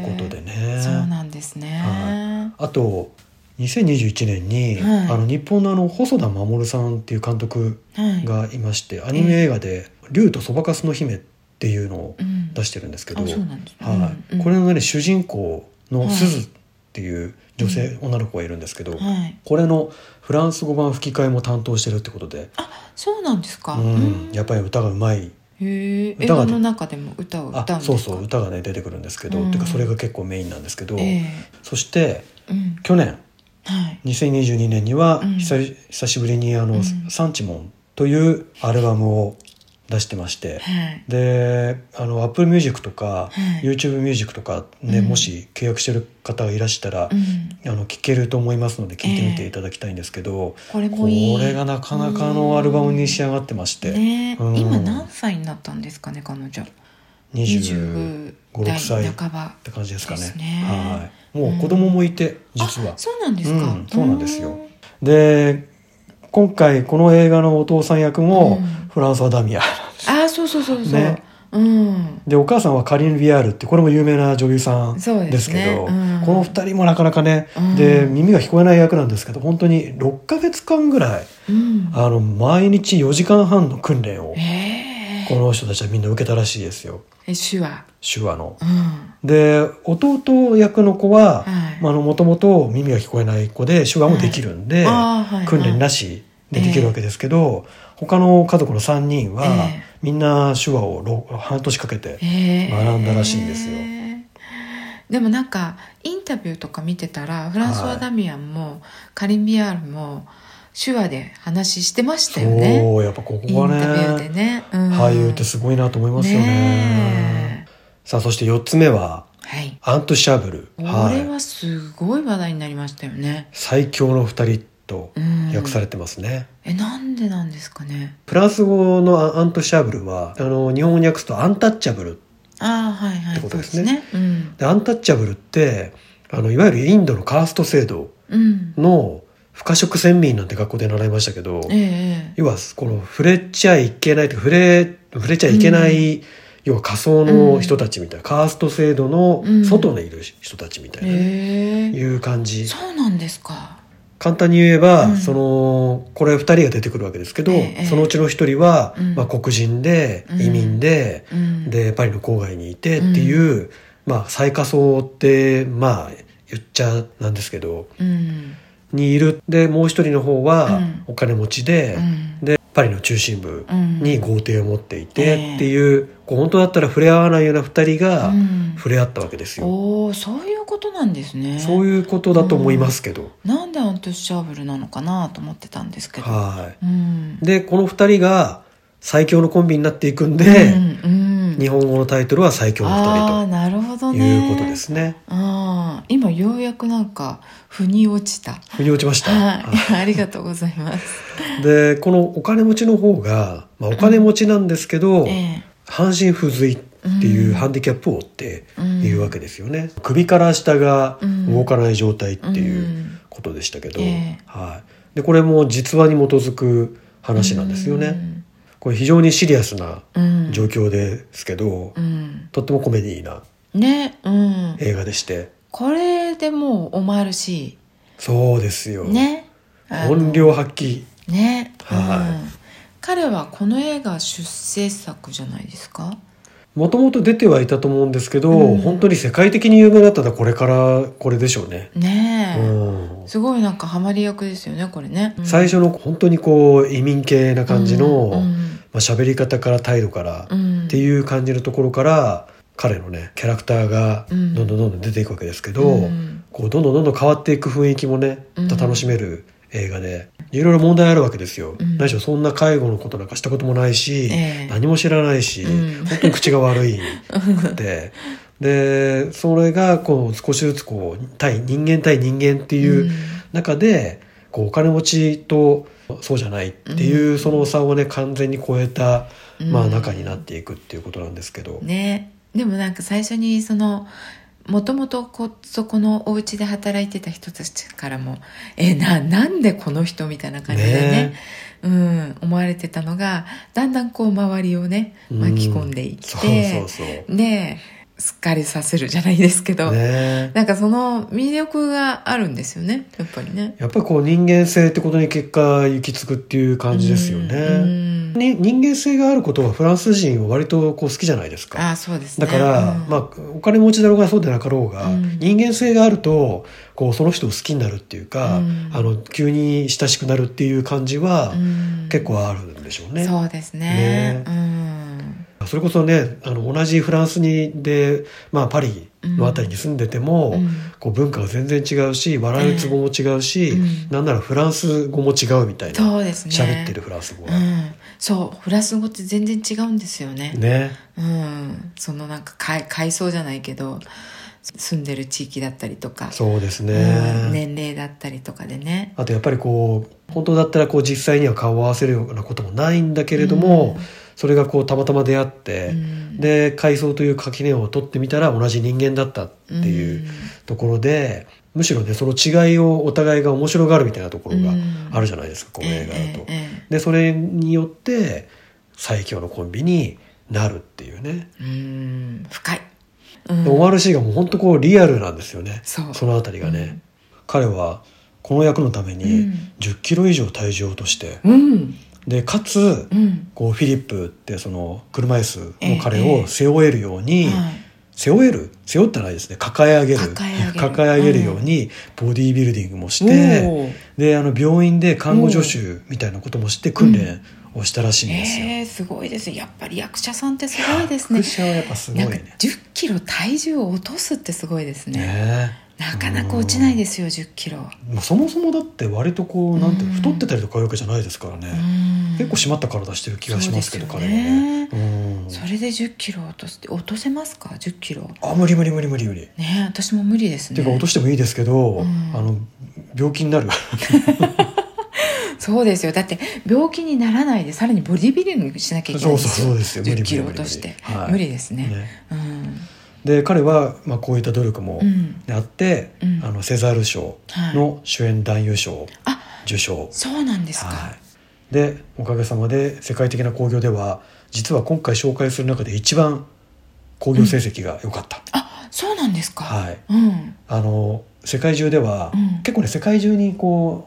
S1: え
S2: ことでね。
S1: そうなんですね、
S2: はあと2021年に、
S1: はい
S2: あの日本のあの細田守さんっていう監督
S1: はい
S2: がいまして、アニメ映画で「竜とそばかすの姫」っていうのを
S1: うん
S2: 出してるんですけど、
S1: あそうなんですね
S2: はい
S1: うん
S2: これのね主人公の
S1: はい
S2: 鈴っていう女性、女の子がいるんですけど、
S1: はい
S2: これのフランス語版吹き替えも担当してるってことで、
S1: そうなんですか、
S2: うんやっぱ
S1: り
S2: り歌がうまい
S1: へえ映
S2: 歌が
S1: 画
S2: 出
S1: の中でも歌を歌うん
S2: あ
S1: ですか
S2: そうそう歌がね出てくるんですけど、
S1: うん
S2: てかそれが結構メインなんですけど、
S1: え
S2: そして
S1: えうん
S2: 去年
S1: はい
S2: 2022年には
S1: うん
S2: 久,、久しぶりにあの、
S1: うん
S2: サンチモンというアルバムを出してまして、
S1: はい
S2: であの Apple Music とか、
S1: はい
S2: YouTube Music とかね、
S1: うん
S2: もし契約してる方がいらしたら
S1: う、ん
S2: あの聞けると思いますので聞いてみていただきたいんですけど、
S1: これもいい
S2: これがなかなかのアルバムに仕上がってまして、
S1: ね
S2: うん
S1: 今何歳になったんですかね彼女
S2: 25
S1: 25
S2: 六歳
S1: 代
S2: っ
S1: 半ば
S2: て感じですかね
S1: ですね
S2: はい、もう子供もいて、実は
S1: あそうなんですか、
S2: うんそうなんですよ
S1: う
S2: で今回この映画のお父さん役も
S1: うん
S2: フランソワ・ダミアン
S1: あそうそうそうそう、
S2: ね
S1: うん
S2: でお母さんはカリン・ビアールってこれも有名な女優さん
S1: そう
S2: で
S1: ですす
S2: け
S1: ね
S2: ど
S1: うん
S2: この二人もなかなかね、
S1: うん
S2: で耳が聞こえない役なんですけど本当に6ヶ月間ぐらい
S1: うん
S2: あの毎日4時間半の訓練を
S1: え
S2: この人たちはみんな受けたらしいですよ
S1: え手話
S2: 手話の。
S1: うん
S2: で弟役の子
S1: は
S2: は
S1: い
S2: もともと耳が聞こえない子で手話もできるんで、
S1: あーはい
S2: 訓練な
S1: し
S2: しでできるわけですけど、他の家族の3人は、
S1: ええ
S2: みんな手話をろ半年かけて、学
S1: 学
S2: んだらしいんですよ
S1: でもなんかインタビューとか見てたらフランソワ・ダミアンもカリン・ビアールも手話で話してましたよね
S2: そうやっぱこ
S1: イン
S2: こが
S1: タビューで
S2: ね
S1: ね、うん
S2: 俳優ってすごいなと思いますよね
S1: ねえ
S2: さあそして4つ目は
S1: はい
S2: アントシャブル、
S1: こ
S2: は
S1: れ
S2: い、
S1: はすごい話題になりましたよね、
S2: 最強の2人と
S1: うん、
S2: 訳されてますね、
S1: えなんでなんですかね
S2: フランス語のアンアントシャブルはあの日本語訳すとアンタッチャブル
S1: ああはいはい
S2: ってことですね
S1: そうですね
S2: でアンタッチャブルってあのいわゆるインドのカースト制度
S1: うん、うん、
S2: の不可食選民なんて学校で習いましたけど、
S1: えええ
S2: 要はこの触れちゃいけないというか触れ触れちゃいけない、要は仮想の人たちみたいな、カースト制度の
S1: うん
S2: 外にいる人たちみたいな、
S1: ええ
S2: いう感じ
S1: そうなんですか
S2: 簡単に言えば、
S1: うん
S2: そのこれ2人が出てくるわけですけど、
S1: ええ
S2: そのうちの1人は、
S1: うん
S2: まあ、黒人で
S1: うん
S2: 移民で、
S1: うん
S2: でパリの郊外にいてっていう、まあ、最下層ってまあ言っちゃなんですけど
S1: うん
S2: にいるでもう一人の方
S1: う
S2: は
S1: ん
S2: お金持ちで、
S1: うん
S2: でパリの中心部
S1: うん
S2: に豪邸を持ってい
S1: ええ
S2: てっていう,、こう本当だったら触れ合わないような2人が
S1: うん
S2: 触れ合ったわけですよ、
S1: おおそういうことなんですね
S2: そういうことだと思いますけど、
S1: なんでアントシャーブルなのかなと思ってたんですけど、
S2: はい。
S1: うん
S2: でこの2人が最強のコンビになっていくんで、
S1: うんうん、
S2: 日本語のタイトルは「最強の
S1: ああ
S2: 2
S1: なるほど
S2: 人」と
S1: ね
S2: いうことですね。
S1: あー今ようやくなんか腑に落ちた
S2: 腑に落ちました、
S1: はい、 ありがとうございます。
S2: でこのお金持ちの方が、まあ、お金持ちなんですけど、
S1: え
S2: 半身不随っていうハンディキャップを負っているわけですよね、首から下が
S1: うん
S2: 動かない状態っていううんことでしたけど、
S1: ええ
S2: はい、でこれも実話に基づく話なんですよね、これ非常にシリアスな
S1: うん。うん
S2: 状況ですけど、
S1: うん
S2: とってもコメディーな
S1: ね、うん。
S2: 映画でして
S1: これでもうオマール C
S2: そうですよ、
S1: ね。あの
S2: 本領発揮
S1: ね、
S2: はい
S1: うん。彼はこの映画出世作じゃないですか。
S2: もともと出てはいたと思うんですけど、
S1: うん
S2: 本当に世界的に有名だったのはこれからこれでしょうね、
S1: ねえ、
S2: うん
S1: すごいなんかハマり役ですよねこれね。うん
S2: 最初の本当にこう移民系な感じの、
S1: うん
S2: まあ、喋り方から態度から
S1: う、ん
S2: っていう感じのところから彼のねキャラクターが
S1: う
S2: ど
S1: ん
S2: んどんどんどん出ていくわけですけど、
S1: うん
S2: こうどんどんどんどん変わっていく雰囲気もね
S1: うん
S2: また楽しめる映画でいろいろ問題あるわけですよ、
S1: うん
S2: 何しろそんな介護のことなんかしたこともないし、
S1: ええ
S2: 何も知らないし、
S1: うん
S2: 本当に口が悪いって。でそれがこう少しずつこう対人間対人間っていう、中でこうお金持ちとそうじゃないっていうその差をね完全に超えた、
S1: うん
S2: まあ、中になっていくっていうことなんですけど、
S1: ねでもなんか最初にそのもともとこそこのお家で働いてた人たちからも「えななんでこの人?」みたいな感じでね
S2: ね
S1: うん、思われてたのがだんだんこう周りをね巻き込んでいって、
S2: そうそうそう
S1: で好かれさせるじゃないですけど、
S2: ね
S1: なんかその魅力があるんですよねやっぱりね。
S2: やっぱりこう人間性ってことに結果行き着くっていう感じですよ
S1: う
S2: ね。
S1: ん
S2: に人間性があることはフランス人は割とこう好きじゃないですか。
S1: あそうですね
S2: だから、
S1: うん
S2: まあ、お金持ちだろうがそうでなかろうが、
S1: うん
S2: 人間性があるとこうその人を好きになるっていうか、
S1: うん
S2: あの急に親しくなるっていう感じは
S1: うん
S2: 結構あるんでしょうね。
S1: そうですね
S2: ね
S1: うん
S2: それこそねあの同じフランスにで、まあ、パリのあたりに住んでても、
S1: うん
S2: こう文化が全然違うし笑うツボも違うし、
S1: うん
S2: なんならフランス語も違うみたいな
S1: そうですね
S2: 喋、ってるフランス語
S1: う
S2: は。
S1: ん、そうフランス語って全然違うんですよね
S2: ね、
S1: うんそのなんか階階層じゃないけど住んでる地域だったりとか
S2: そうですね。
S1: うん年齢だったりとかでね
S2: あとやっぱりこう本当だったらこう実際には顔を合わせるようなこともないんだけれども、
S1: うん
S2: それがこうたまたま出会って、
S1: うん
S2: で階層という垣根を取ってみたら同じ人間だったっていうところで、むしろねその違いをお互いが面白がるみたいなところがあるじゃないですか、この映画だと。
S1: ええええええ
S2: でそれによって最強のコンビになるっていうね、
S1: うん深い、
S2: でオマール・シーがもう本当こうリアルなんですよね
S1: そう
S2: のあたりがね、彼はこの役のために
S1: うん
S2: 1 0キロ以上体重を落として、
S1: うん
S2: でかつ
S1: うん
S2: こうフィリップってその車椅子の彼
S1: ええ
S2: を背負えるように、
S1: はい
S2: 背負える背負ったらないですね抱え上げる
S1: 抱え上げる
S2: 上げるようにボディービルディングもして、
S1: おー
S2: であの病院で看護助手みたいなこともして訓練をしたらしいんですよ。
S1: えー、すごいですやっぱり役者さんってすごいですね
S2: 役者はやっぱすごい
S1: なんか
S2: ね。
S1: 1 0キロ体重を落とすってすごいですね
S2: ね
S1: なかなか落ちないですよ1 0キロ
S2: もうそもそもだって割とこうなんていうの
S1: うん
S2: 太ってたりとかいうわけじゃないですからね、結構締まった体してる気がしますけど
S1: そう
S2: 彼
S1: で
S2: は
S1: すよね
S2: ね。うん
S1: それで1 0キロ落とすって落とせますか1 0キロ
S2: あ無理無理無理無理無理。
S1: ね私も無理ですね
S2: っていうか落としてもいいですけど、
S1: うん
S2: あの病気になる
S1: そうですよだって病気にならないでさらにボディビルディングしなきゃいけない
S2: そ
S1: ん
S2: う
S1: で
S2: そう
S1: す
S2: そ
S1: よ
S2: うですよ無
S1: 1
S2: 理
S1: 0
S2: 無
S1: キ
S2: 理
S1: ロ
S2: 無
S1: 落
S2: 理
S1: として
S2: はい
S1: 無理ですね
S2: ね
S1: うん
S2: で彼は、まあ、こういった努力も
S1: うん
S2: あって、
S1: うん
S2: あのセザール賞
S1: はい
S2: の主演男優賞を
S1: あ
S2: 受賞、
S1: そうなんですか、
S2: はい、でおかげさまで世界的な興行では実は今回紹介する中で一番興行成績が良かった、
S1: あそうなんですか、
S2: はい
S1: うん
S2: あの世界中では、
S1: うん
S2: 結構ね世界中にこ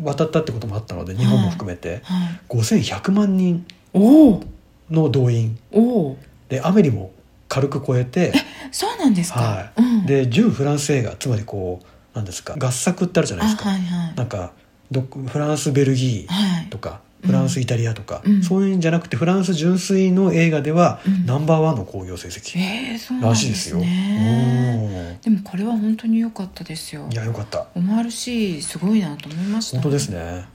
S2: う渡ったってこともあったので日本も含めて、
S1: はい、
S2: 5100万人
S1: おお
S2: の動員
S1: おお
S2: でアメリも軽く超えて
S1: そうなんですか、
S2: はい
S1: うん、
S2: で純フランス映画つまりこうなんですか合作ってあるじゃないです
S1: あ
S2: か。
S1: はいはい
S2: なんかどフランスベルギー、
S1: はい
S2: とか
S1: うん
S2: フランス、イタリアとか、
S1: うん
S2: そういうんじゃなくてフランス純粋の映画では、
S1: うん
S2: ナンバーワンの興行成績
S1: えー、そうなん
S2: ら
S1: で
S2: しいです
S1: す
S2: よ。
S1: ね
S2: う
S1: でもこれは本当に良かったですよ
S2: んいやよかった
S1: オマール C すごいなと思いました
S2: 本当ですね。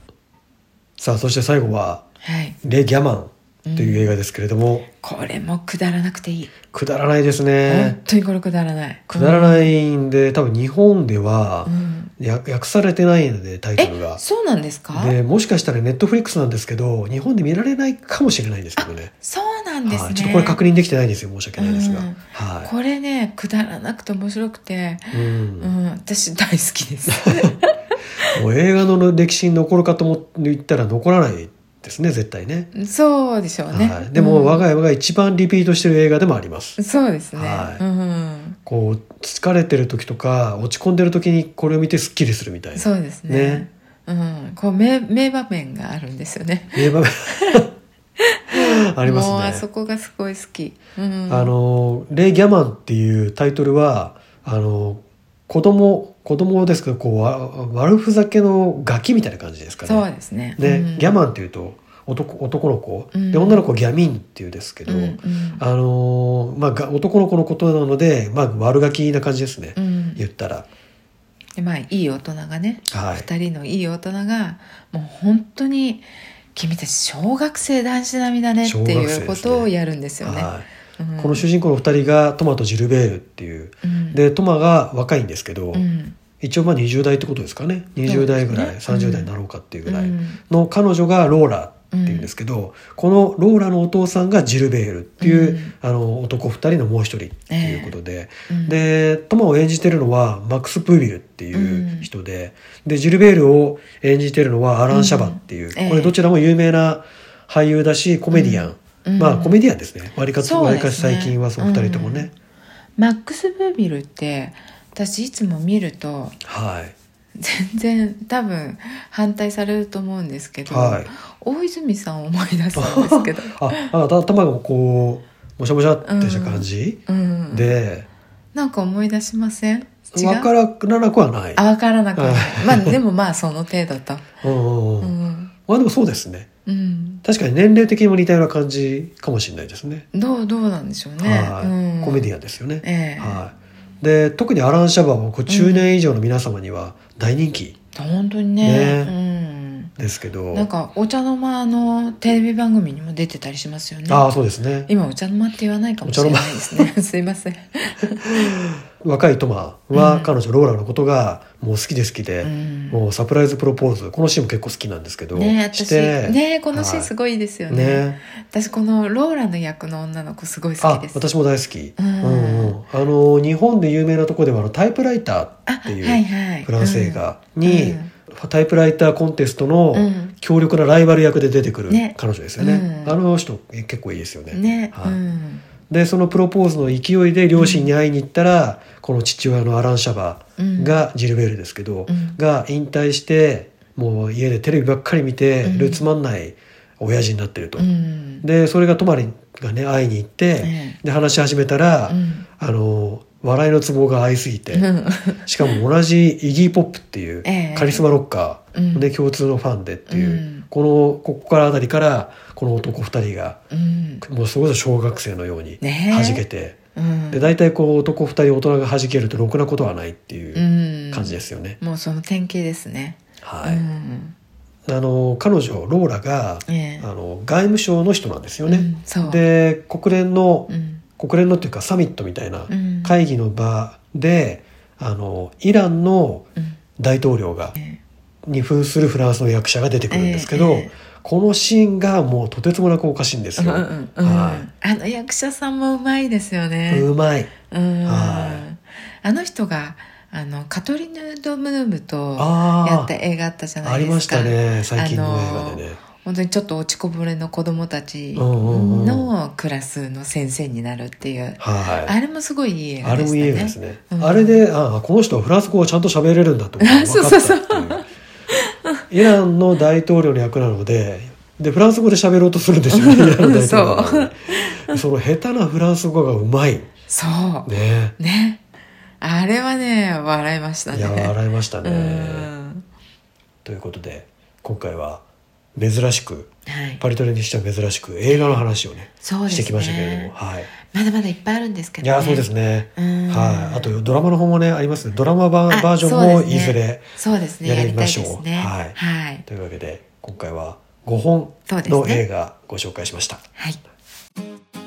S2: さあそして最後は
S1: はい
S2: 「レ・ギャマン」という映画ですけれども、
S1: これもくだらなくていい、
S2: くだらないです
S1: 本
S2: ね。
S1: 当にこれくだらない
S2: くだら
S1: い、
S2: ないんで多分日本では
S1: う、ん、
S2: や訳されてないのでタイトルが。
S1: そうなんですか
S2: でもしかしたらネットフリックスなんですけど日本で見られないかもしれないんですけどね。
S1: そうなんですね、
S2: はい、ちょっとこれ確認できてないんですよ申し訳ないですが、
S1: うん
S2: は
S1: これねくだらなくて面白くて、
S2: い、うん
S1: うん、私大好きです
S2: もう映画の歴史に残るかと思って言ったら残らないですね絶対ね
S1: そうでしょうね、
S2: はい、でも、
S1: うん
S2: 我が家が一番リピートしてる映画でもあります
S1: そうですね、
S2: はい
S1: うん
S2: こう疲れてる時とか落ち込んでる時にこれを見てスッキリするみたいな
S1: そうですね
S2: ね
S1: うん、こう名名場面があるんですよね
S2: 名 場面ありま
S1: もうあ
S2: す
S1: そ
S2: ね
S1: こがすごい好き、うん、
S2: あの「レイ・ギャマン」っていうタイトルはあの子供子供ですけどこうわ悪ふざけのガキみたいな感じですかね
S1: そうですね
S2: で、
S1: うん
S2: ギャマンっていうと男男の子、
S1: うん
S2: で女の子はギャミンっていうですけど、
S1: うんうん
S2: あのーまあが、男の子のことなので、まあ、悪ガキな感じですね、
S1: うん
S2: 言ったら、
S1: でまあいい大人がね、
S2: はい
S1: 二人のいい大人がもう本当に君たち小学生男子並みだねって
S2: 小学
S1: い
S2: 生
S1: う
S2: で
S1: こ
S2: すね
S1: とをやるんですよね。
S2: は
S1: う
S2: い
S1: ん
S2: この主人公の2人がトマとジルベールっていう
S1: うん
S2: でトマが若いんですけど、
S1: うん
S2: 一応まあ20代ってことですかね20代ぐらい、
S1: そうですね
S2: 30代になろうかっていうぐらい
S1: うん
S2: の彼女がローラっていうんですけど、このローラのお父さんがジルベールっていう、
S1: うん
S2: あの男2人のもう1人っていうことで、
S1: うん
S2: でトマを演じてるのはマックス・プービルっていう人で、でジルベールを演じてるのはアラン・シャバっていう、
S1: うんええ
S2: これどちらも有名な俳優だしコメディアン、
S1: うん
S2: まあコメディアンですねわりかつ、
S1: そう
S2: わ
S1: です
S2: り
S1: ね
S2: かし最近はそう2人ともね、
S1: マックス・ブービルって私いつも見ると
S2: はい
S1: 全然多分反対されると思うんですけど、
S2: はい
S1: 大泉さんを思い出すんです けど、
S2: ああた頭がこうもしゃもしゃってした感じ、
S1: うん、
S2: で
S1: なんか思い出しません違う
S2: 分からなくはない
S1: あ分からなくはない
S2: は
S1: まあでもまあその程度と、
S2: うん うん
S1: う
S2: うん
S1: ん
S2: まあでもそうですね
S1: うん、
S2: 確かに年齢的にも似たような感じかもしれないですね
S1: どうどうなんでしょうね、
S2: はい、
S1: うん、
S2: コメデ
S1: ィ
S2: ィアンですよね、
S1: ええ
S2: はい、で特にアラン・シャバーはこう中年以上の皆様には大人気
S1: 本当にね
S2: ですけど、
S1: うん、なんかお茶の間のテレビ番組にも出てたりしますよね
S2: ああそうですね
S1: 今お茶の間って言わないかもしれないですね すいません
S2: 若いトマ
S1: う
S2: は
S1: ん
S2: 彼女ローラのことがもう好きで好きで、
S1: うん
S2: もうサプライズプロポーズこのシーンも結構好きなんですけど、
S1: ね私
S2: して
S1: ねこのシーンすごいですよ
S2: はい
S1: ね,、
S2: ね
S1: 私このローラの役の女の子すごい好き
S2: あ
S1: です
S2: 私も大好き、
S1: うん
S2: うんうんあの日本で有名なとこではあのタイプライター
S1: あ
S2: っていう
S1: はいはい
S2: フランス映画に、
S1: うん
S2: タイプライターコンテストの
S1: うん
S2: 強力なライバル役で出てくる
S1: ね
S2: 彼女ですよね。
S1: うん
S2: あの人え結構いいですよね。
S1: ね、
S2: はい
S1: うん
S2: でそのプロポーズの勢いで両親に会いに行ったら、この父親のアラン・シャバ
S1: うん
S2: がジルベールですけど、
S1: うん
S2: が引退してもう家でテレビばっかり見て、
S1: うん
S2: るつまんない親父になってると。
S1: うん
S2: でそれが泊まりがね会いに行って、
S1: え
S2: で話し始めたら、
S1: うん
S2: あの笑いのツボが合いすぎて、
S1: うん
S2: しかも同じイギー・ポップっていう
S1: ええ
S2: カリスマロッカーで
S1: うん
S2: 共通のファンでっていう、
S1: うん
S2: このここからあたりからこの男2人が
S1: うん
S2: もうそれこそ小学生のように
S1: ねえ
S2: 弾けて、
S1: うん
S2: で大体こう男2人大人が弾けるとろくなことはないっていう
S1: うん
S2: 感じですよね。
S1: もうその典型ですね。
S2: はい
S1: うん
S2: あの彼女ローラが、
S1: ええ
S2: あの外務省の人なんですよね。
S1: うんそう
S2: で国連の、
S1: うん
S2: 国連のっていうかサミットみたいな
S1: うん
S2: 会議の場で、あのイランの
S1: うん
S2: 大統領が
S1: え
S2: に扮するフランスの役者が出てくるんですけど、
S1: ええええ
S2: このシーンがもうとてつもなくおかしいんです
S1: うん
S2: よ。
S1: うんうん
S2: は
S1: あの役者さんもうまいですよ
S2: い
S1: ね。
S2: うまい。
S1: うん
S2: は
S1: あの人があのカトリヌ・ドムームとや
S2: あ
S1: った映画あったじゃ
S2: あ、
S1: な
S2: あ
S1: い
S2: り
S1: で
S2: ますし
S1: か。
S2: たね最近の映
S1: あ
S2: 画
S1: の
S2: でね。
S1: 本当にちょっと落ちこぼれの子供たち
S2: うんうんうん
S1: のクラスの先生になるっていう、
S2: はい。
S1: あれもすごいいい映
S2: あ
S1: 画
S2: れ
S1: で
S2: もいい映
S1: した
S2: 画で
S1: ね
S2: す。ね。
S1: うん
S2: あれで、ああ、この人はフランス語をちゃんと喋れるんだと思って分
S1: そう
S2: かっ
S1: そ
S2: た
S1: うそう
S2: っていう。 イランの大統領の役なので、で、フランス語で喋ろうとするんです よね、イランの大統領なのに。その下手なフランス語がうまい。
S1: そう
S2: ね。
S1: ねあれはね笑いましたね
S2: いや、笑いました
S1: う
S2: ね。
S1: ん
S2: ということで、今回は珍しく、
S1: はい
S2: パリトレにしては珍しく映画の話をね、
S1: そうですね
S2: してきましたけれども、はい。
S1: まだまだいっぱいあるんですけど、
S2: い
S1: ね、
S2: や、そうですね。
S1: うん
S2: はい。あと、ドラマの方もね、ありますね。ドラマ版
S1: あ
S2: バージョン
S1: そ
S2: も
S1: うですね
S2: いずれ。
S1: そうですね
S2: や
S1: や
S2: り
S1: りた
S2: ま
S1: いで
S2: しょう
S1: すね
S2: はい
S1: はい、
S2: というわけで、今回は5本
S1: そうです
S2: の
S1: ね
S2: 映画ご紹介しました。
S1: はい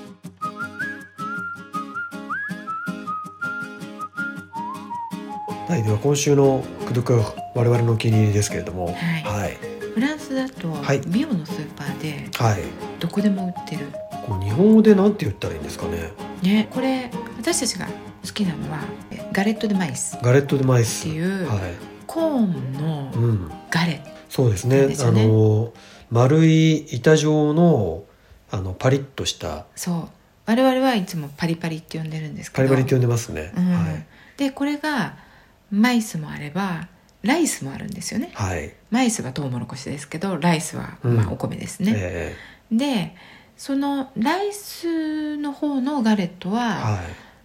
S2: はい、では今週の「くどくは我々のお気に入り」ですけれども
S1: はい
S2: はい、
S1: フランスだと、
S2: はい
S1: 美容のスーパーで
S2: はい
S1: どこでも売ってる
S2: こう日本語でなんて言ったらいいんですかね
S1: ねこれ私たちが好きなのはえガレット・デ・マイス
S2: ガレット・デ・マイス
S1: っていう
S2: はい
S1: コーンの
S2: うん、
S1: ガレット
S2: そうですね
S1: そうです
S2: あ
S1: よね
S2: の丸い板状のあのパリッとした
S1: そう我々はいつもパリパリって呼んでるんですけ
S2: パ
S1: ど
S2: リパリって呼んでますね、
S1: うん
S2: はい、
S1: でこれがマイスもあればライスもあるんですよね
S2: はい
S1: マイスはトウモロコシですけどライスは
S2: うん
S1: まあお米ですね、
S2: え
S1: でそのライスの方のガレット
S2: え
S1: は
S2: はい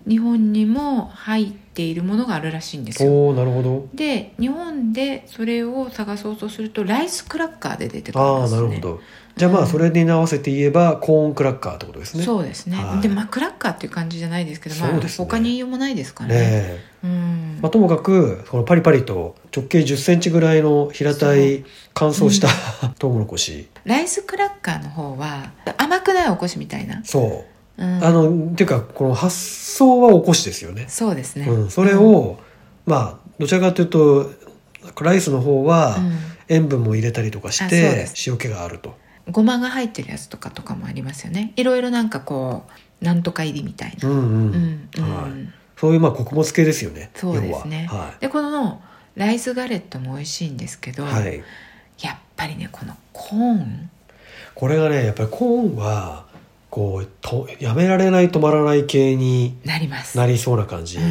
S1: 日本にも入っているものがあるらしいんですよ
S2: おおなるほど
S1: で日本でそれを探そうとするとライスクラッカーで出てくるん
S2: あ
S1: で
S2: あ
S1: す
S2: な
S1: ね
S2: るほどじゃあま
S1: う
S2: あ
S1: ん
S2: それに合わせて言えばコーンクラッカーってことですね
S1: そうですね、
S2: はい
S1: でまあクラッカーっていう感じじゃないですけど、ま
S2: そ
S1: あ
S2: うですね
S1: 他に言いようもないですからね
S2: ねえ
S1: うん、
S2: まあ、ともかくこのパリパリと直径1 0ンチぐらいの平たい乾燥した、トウモロコシ
S1: ライスクラッカーの方は甘くないおこしみたいな、
S2: そうう、
S1: ん
S2: あのっていうかこの発想はおこしですよね、
S1: そうですね、
S2: うん、それを、まあどちらかというとライスの方は
S1: うん、
S2: 塩分も入れたりとかし
S1: あそう
S2: て
S1: です
S2: 塩気があると
S1: ごまが入ってるやつとかとかもありますよねいろいろなんかこうなんとか入りみたいな、
S2: うんうん、
S1: うんうん
S2: はいそういうまあ穀物系ですよね
S1: そうですね
S2: 要はは
S1: でこのライスガレットも美味しいんですけ
S2: い、
S1: ど、
S2: はい、
S1: やっぱりねこのコーン
S2: これがねやっぱりコーンはこうとやめられない止まらない系に
S1: なります
S2: なりそうな感じ、
S1: う
S2: も
S1: ん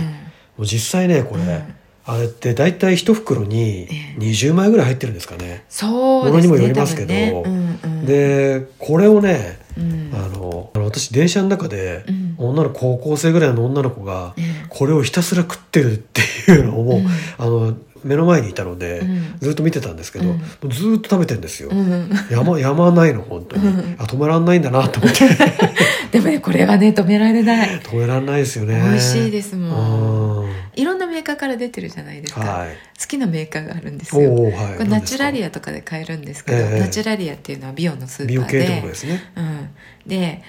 S2: う実際ねこれ、
S1: うん
S2: あれって大体一袋に
S1: ええ
S2: 20枚ぐらい入ってるんですかね。
S1: そうですね
S2: ものにもよりますけど
S1: 多分ねうんうん、
S2: でこれをね
S1: うん、
S2: あのあの私電車の中で
S1: うん
S2: 女の子高校生ぐらいの女の子が
S1: うん
S2: これをひたすら食ってるっていうのをもう
S1: うん
S2: あの目の前にいたので
S1: うん
S2: ずっと見てたんですけど
S1: うん
S2: もうずっと食べてるんですよ。
S1: うん
S2: やまやまないの本当に
S1: うん
S2: あ止めらんないんだなと思って
S1: でもねこれはね止められない
S2: 止めらんないですよ
S1: 美
S2: ね。
S1: 味しいですもん
S2: うん
S1: いろんなメーカーから出てるじゃないですか、
S2: はい。
S1: 好きなメーカーがあるんです
S2: お
S1: よこ
S2: おはい。
S1: れナチュラ
S2: ア
S1: リアとかで買えるんですけど、
S2: ええ
S1: ナチュラリアっていうのは美容のス
S2: 美
S1: ー
S2: 容
S1: パー
S2: 系
S1: で
S2: ってことですね。
S1: うん、で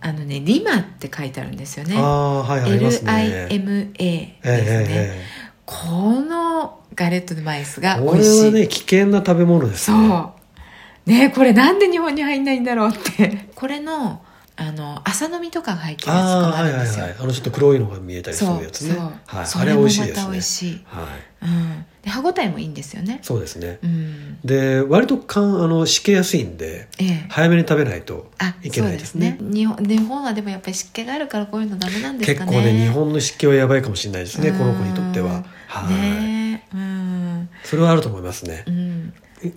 S1: あのねリマって書いてあるんですよね
S2: ああはいありますね。
S1: LIMA ですね、
S2: ええ
S1: このガレット・ド・マイスが
S2: こ
S1: 美
S2: れ
S1: 味し、
S2: はいね危険な食べ物です
S1: そ
S2: ね
S1: うねこれなんで日本に入んないんだろうってこれのあの朝飲みとかが入ってるやつとか
S2: あ
S1: も
S2: あ
S1: あ
S2: はい
S1: るん
S2: は
S1: で
S2: い
S1: すよ、
S2: はいあのちょっと黒いのが見えたりする
S1: そう
S2: やつね
S1: そう、
S2: はい
S1: そ
S2: あ
S1: れ
S2: れ
S1: も
S2: 美
S1: ま
S2: 味しいで
S1: た美
S2: すね
S1: 味しい、
S2: はい
S1: うん、で歯ごたえもいいんですよね。
S2: そうですね
S1: うん、
S2: で割とかんあのしけやすいんで
S1: ええ
S2: 早めに食べないと
S1: あ
S2: いけないですね
S1: そうですね日本日本はでもやっぱり湿気があるからこういうのダメなんです
S2: 結
S1: かね
S2: 構ね日本の湿気はやばいかもしれないですね
S1: うん
S2: この子にとってははい、
S1: ねえうん
S2: それはあると思いますね
S1: うん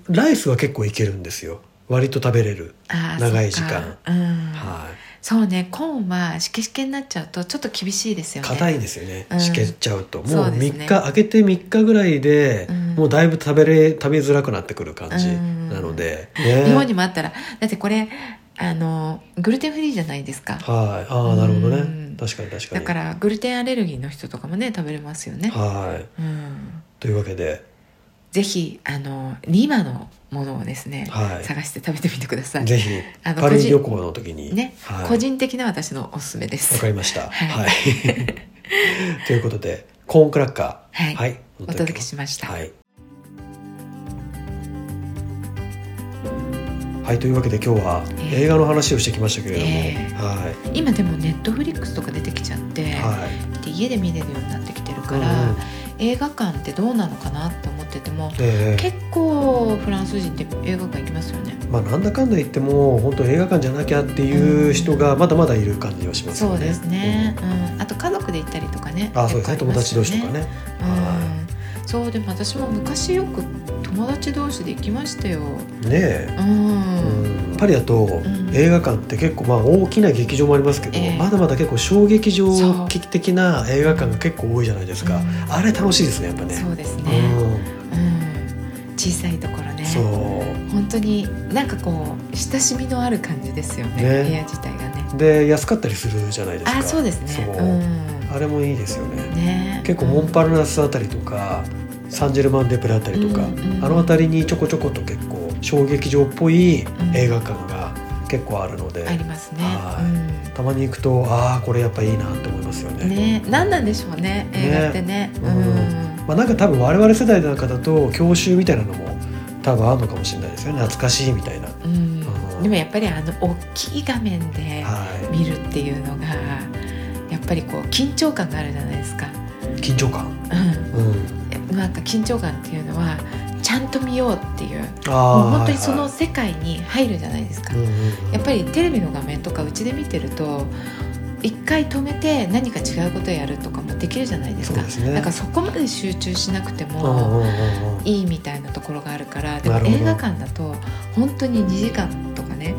S2: ライスは結構いけるんですよ割と食べれる
S1: あー
S2: 長い
S1: そっか
S2: 時間
S1: うん
S2: はい
S1: そうねコーンはしけしけになっちゃうとちょっと厳しいですよね
S2: 硬いんですよね、
S1: うん
S2: しけちゃうともう
S1: そうです
S2: 3
S1: ね
S2: 日、開けて3日ぐらいで、
S1: うん
S2: もうだいぶ食べれ食べづらくなってくる感じなので、ね
S1: 日本にもあったらだってこれあのグルテンフリーじゃないですか
S2: はいああなるほどね、
S1: うん
S2: 確かに確か
S1: だ
S2: に
S1: からグルテンアレルギーの人とかもね食べれますよね、
S2: はい
S1: うん、
S2: というわけで、
S1: ぜひあのリマのものをですね、
S2: はい
S1: 探して食べてみてください
S2: ぜひ
S1: あの個
S2: パリ
S1: 人
S2: 旅行の時に
S1: ね、
S2: はい、
S1: 個人的な私のおすすめで
S2: わ
S1: す
S2: かりました
S1: はい
S2: はい、 ということでコーンクラッカ
S1: は
S2: ー
S1: い、
S2: はい
S1: お届けしました、
S2: はい。はい、というわけで今日は
S1: ええ
S2: 映画の話をしてきましたけれども、
S1: ええ
S2: はい、
S1: 今でもネットフリックスとか出てきちゃって、
S2: はい、
S1: で家で見れるようになってきてるから、
S2: うん
S1: 映画館ってどうなのかなって思ってても
S2: ええ
S1: 結構フランス人って映画館行きますよね
S2: まあなんだかんだ言っても本当映画館じゃなきゃっていう人がまだまだいる感じはしますよ
S1: そ
S2: ね。
S1: うですね、うんあと家族で行ったりとかね
S2: うん。あ、そうですね。
S1: よくあ
S2: 友
S1: りま
S2: 達
S1: すよ
S2: 同士とかね。は
S1: うん、そうでも私も昔よく友達同士で行きましたよ
S2: ね
S1: う
S2: え、
S1: ん、
S2: うんパリだと
S1: ん
S2: 映画館って結構まあ大きな劇場もありますけど、
S1: ええ
S2: まだまだ結構小劇場
S1: そう
S2: 的な映画館が結構多いじゃないですか。
S1: うん
S2: あれ楽しいですね、やっぱね。
S1: そうですね、
S2: う
S1: う
S2: ん
S1: ん、小さいところね
S2: そう
S1: 本当になんかこう親しみのある感じですよね
S2: ね
S1: 部屋自体がね
S2: で安かったりするじゃないですか
S1: あそうですね
S2: そう
S1: う
S2: あれもいいですよね
S1: んね
S2: 結構モンパルナスあたりとかサンジェルマンデプレあたりとか、
S1: うんうんうん
S2: あの辺りにちょこちょこと結構衝撃場っぽい映画館が結構あるので、
S1: うんありますね
S2: はいたまに行くとああこれやっぱいいなって思いますよ
S1: うん
S2: ね
S1: ね何なんでしょうね映画ってね
S2: うんまあ、なんか多分我々世代なんかだと教習みたいなのも多分あるのかもしれないですよね懐かしいみたいな、
S1: うん、うん
S2: うん
S1: でもやっぱりあの大きい画面で
S2: は
S1: 見るっていうのがやっぱりこう緊張感があるじゃないですか、
S2: い、緊張感、うん、
S1: うん、なんか緊張感っていうのはちゃんと見ようっていうもう
S2: あ
S1: 本当にその世界に入るじゃないですか、やっぱ
S2: り
S1: りテレビの画面とかうちで見てると一回止めて何か違うことやるとかもできるじゃないです
S2: そう
S1: か
S2: ですね
S1: なんかそこまで集中しなくて
S2: うんうん
S1: も
S2: うんうん
S1: いいみたいなところがあるからでも
S2: なるほど
S1: 映画館だと本当に2時間とかね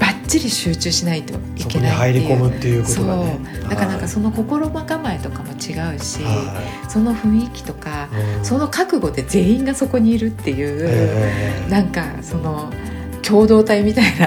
S1: ばっちり集中しないとい
S2: そこ
S1: け
S2: に
S1: ない
S2: 入
S1: って
S2: り
S1: い
S2: 込
S1: う。
S2: むっていうこと
S1: そう
S2: がね。
S1: だからなんか
S2: は
S1: その心構えとかも違うし、
S2: いはい
S1: その雰囲気とか、
S2: うん
S1: その覚悟で全員がそこにいるっていう、
S2: ええ
S1: なんかその共同体みた いな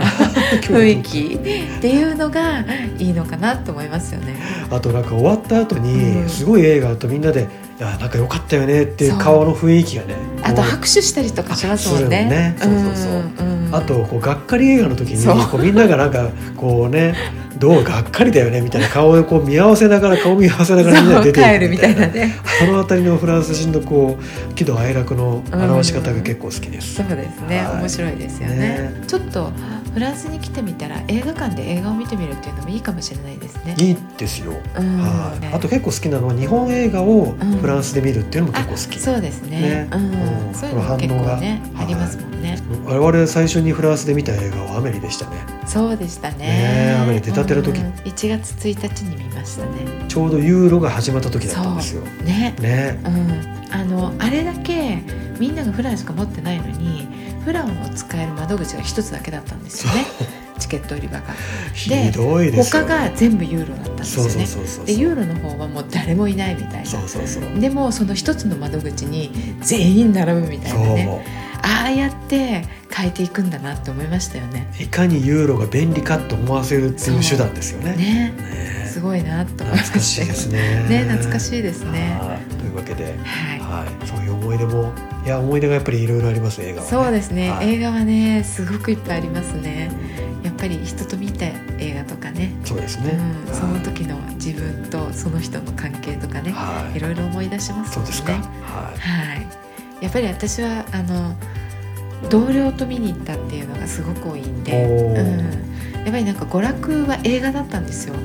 S1: 雰囲気っていうのがいいのかなと思いますよね。
S2: あとなんか終わった後
S1: う
S2: に
S1: ん
S2: すごい映画だとみんなで「いやなんか良かったよね」っていう
S1: そう
S2: 顔の雰囲気がね
S1: あと
S2: こう
S1: 拍手したりとかしますもんね。
S2: あするもんねそうそうそうん
S1: ん
S2: あとこうがっかり映画の時
S1: そう
S2: にこうみんながなんかこう ね「どうがっかりだよね」みたいな顔をこう見合わせながら顔見合わせながらみんな
S1: そ
S2: で
S1: う
S2: 出て
S1: 帰
S2: いく
S1: るみたいなね。
S2: そのあたりのフランス人のこう喜怒哀楽の表し方が結構好きです
S1: そ。うですね、
S2: はい
S1: 面白いですよね
S2: ね
S1: ちょっとフランスに来てみたら映画館で映画を見てみるっていうのもいいかもしれないですね。
S2: いいですよ。
S1: うん
S2: はい、あと結構好きなのは日本映画をフランスで見るっていうのも結構好き、
S1: そうですね
S2: ね
S1: うん
S2: うん
S1: そういうのも結構ね
S2: この反応が
S1: ありますもんね、
S2: 我々最初にフランスで見た映画は「アメリ」でしたね
S1: そうでしたね
S2: ねえ雨に出たての時
S1: うん1月1日に見ましたね
S2: ちょうどユーロが始まった時だったんですよ
S1: ね
S2: ね
S1: うんあのあれだけみんながフランしか持ってないのにフランを使える窓口が一つだけだったんですよねチケット売り場が
S2: ひどいですよ
S1: 他が全部ユーロだったんです
S2: そ
S1: よ
S2: う
S1: ね
S2: そうそうそう
S1: でユーロの方はもう誰もいないみたいな
S2: そうそうそう
S1: でもその一つの窓口に全員並ぶみたい
S2: そ
S1: なね
S2: う
S1: ああやって変えていくんだなって思いましたよね。
S2: いかにユーロが便利かと思わせるっていう手段ですよ
S1: ね
S2: ねね
S1: すごいなと思いま
S2: 懐かしい
S1: し
S2: で
S1: た
S2: す
S1: よ。
S2: ね
S1: ね懐かしいですね。
S2: はいというわけで、
S1: は
S2: はい、そういう思い出もいや思い出がやっぱりいろいろあります映
S1: い。
S2: 画は、ね、
S1: そうですね、
S2: はい
S1: 映画はねすごくいっぱいありますね。やっぱり人と見た映画とかね。
S2: そうですね、
S1: うん、その時の自分とその人の関係とかね、、
S2: はいい
S1: ろいろ思い出します
S2: そ
S1: も
S2: うん
S1: ね。
S2: ですか、はい
S1: はい。やっぱり私はあの同僚と見に行ったっていうのがすごく多いんで、
S2: おー
S1: うん、やっぱりなんか娯楽は映画だったんですよ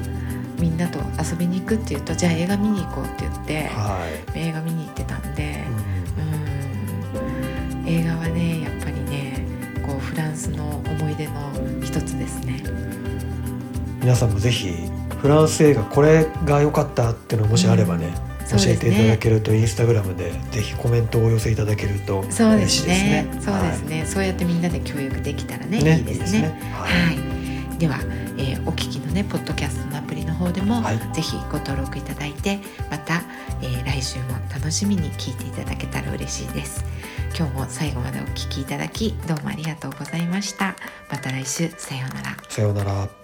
S1: みんなと遊びに行くっていうとじゃあ映画見に行こうって言って、
S2: はい
S1: 映画見に行ってたんで、
S2: うん
S1: うん出の一つですね
S2: 皆さんもぜひフランス映画これが良かったっていうのもしあればね、
S1: そう
S2: 教え
S1: です
S2: ていただ
S1: ね
S2: けると、インスタグラムでぜひコメントをお寄せいただけると嬉
S1: そうで
S2: しい
S1: す
S2: ですね
S1: ね。そうですね、そうやってみんなで協力できたらね
S2: はい
S1: いいですね。
S2: はい
S1: はい、では、えーお聞きのねポッドキャストのアプリの方でも、
S2: はい
S1: ぜひご登録いただいてまた、えー来週も楽しみに聞いていただけたら嬉しいです今日も最後までお聞きいただきどうもありがとうございましたまた来週さようなら
S2: さようなら。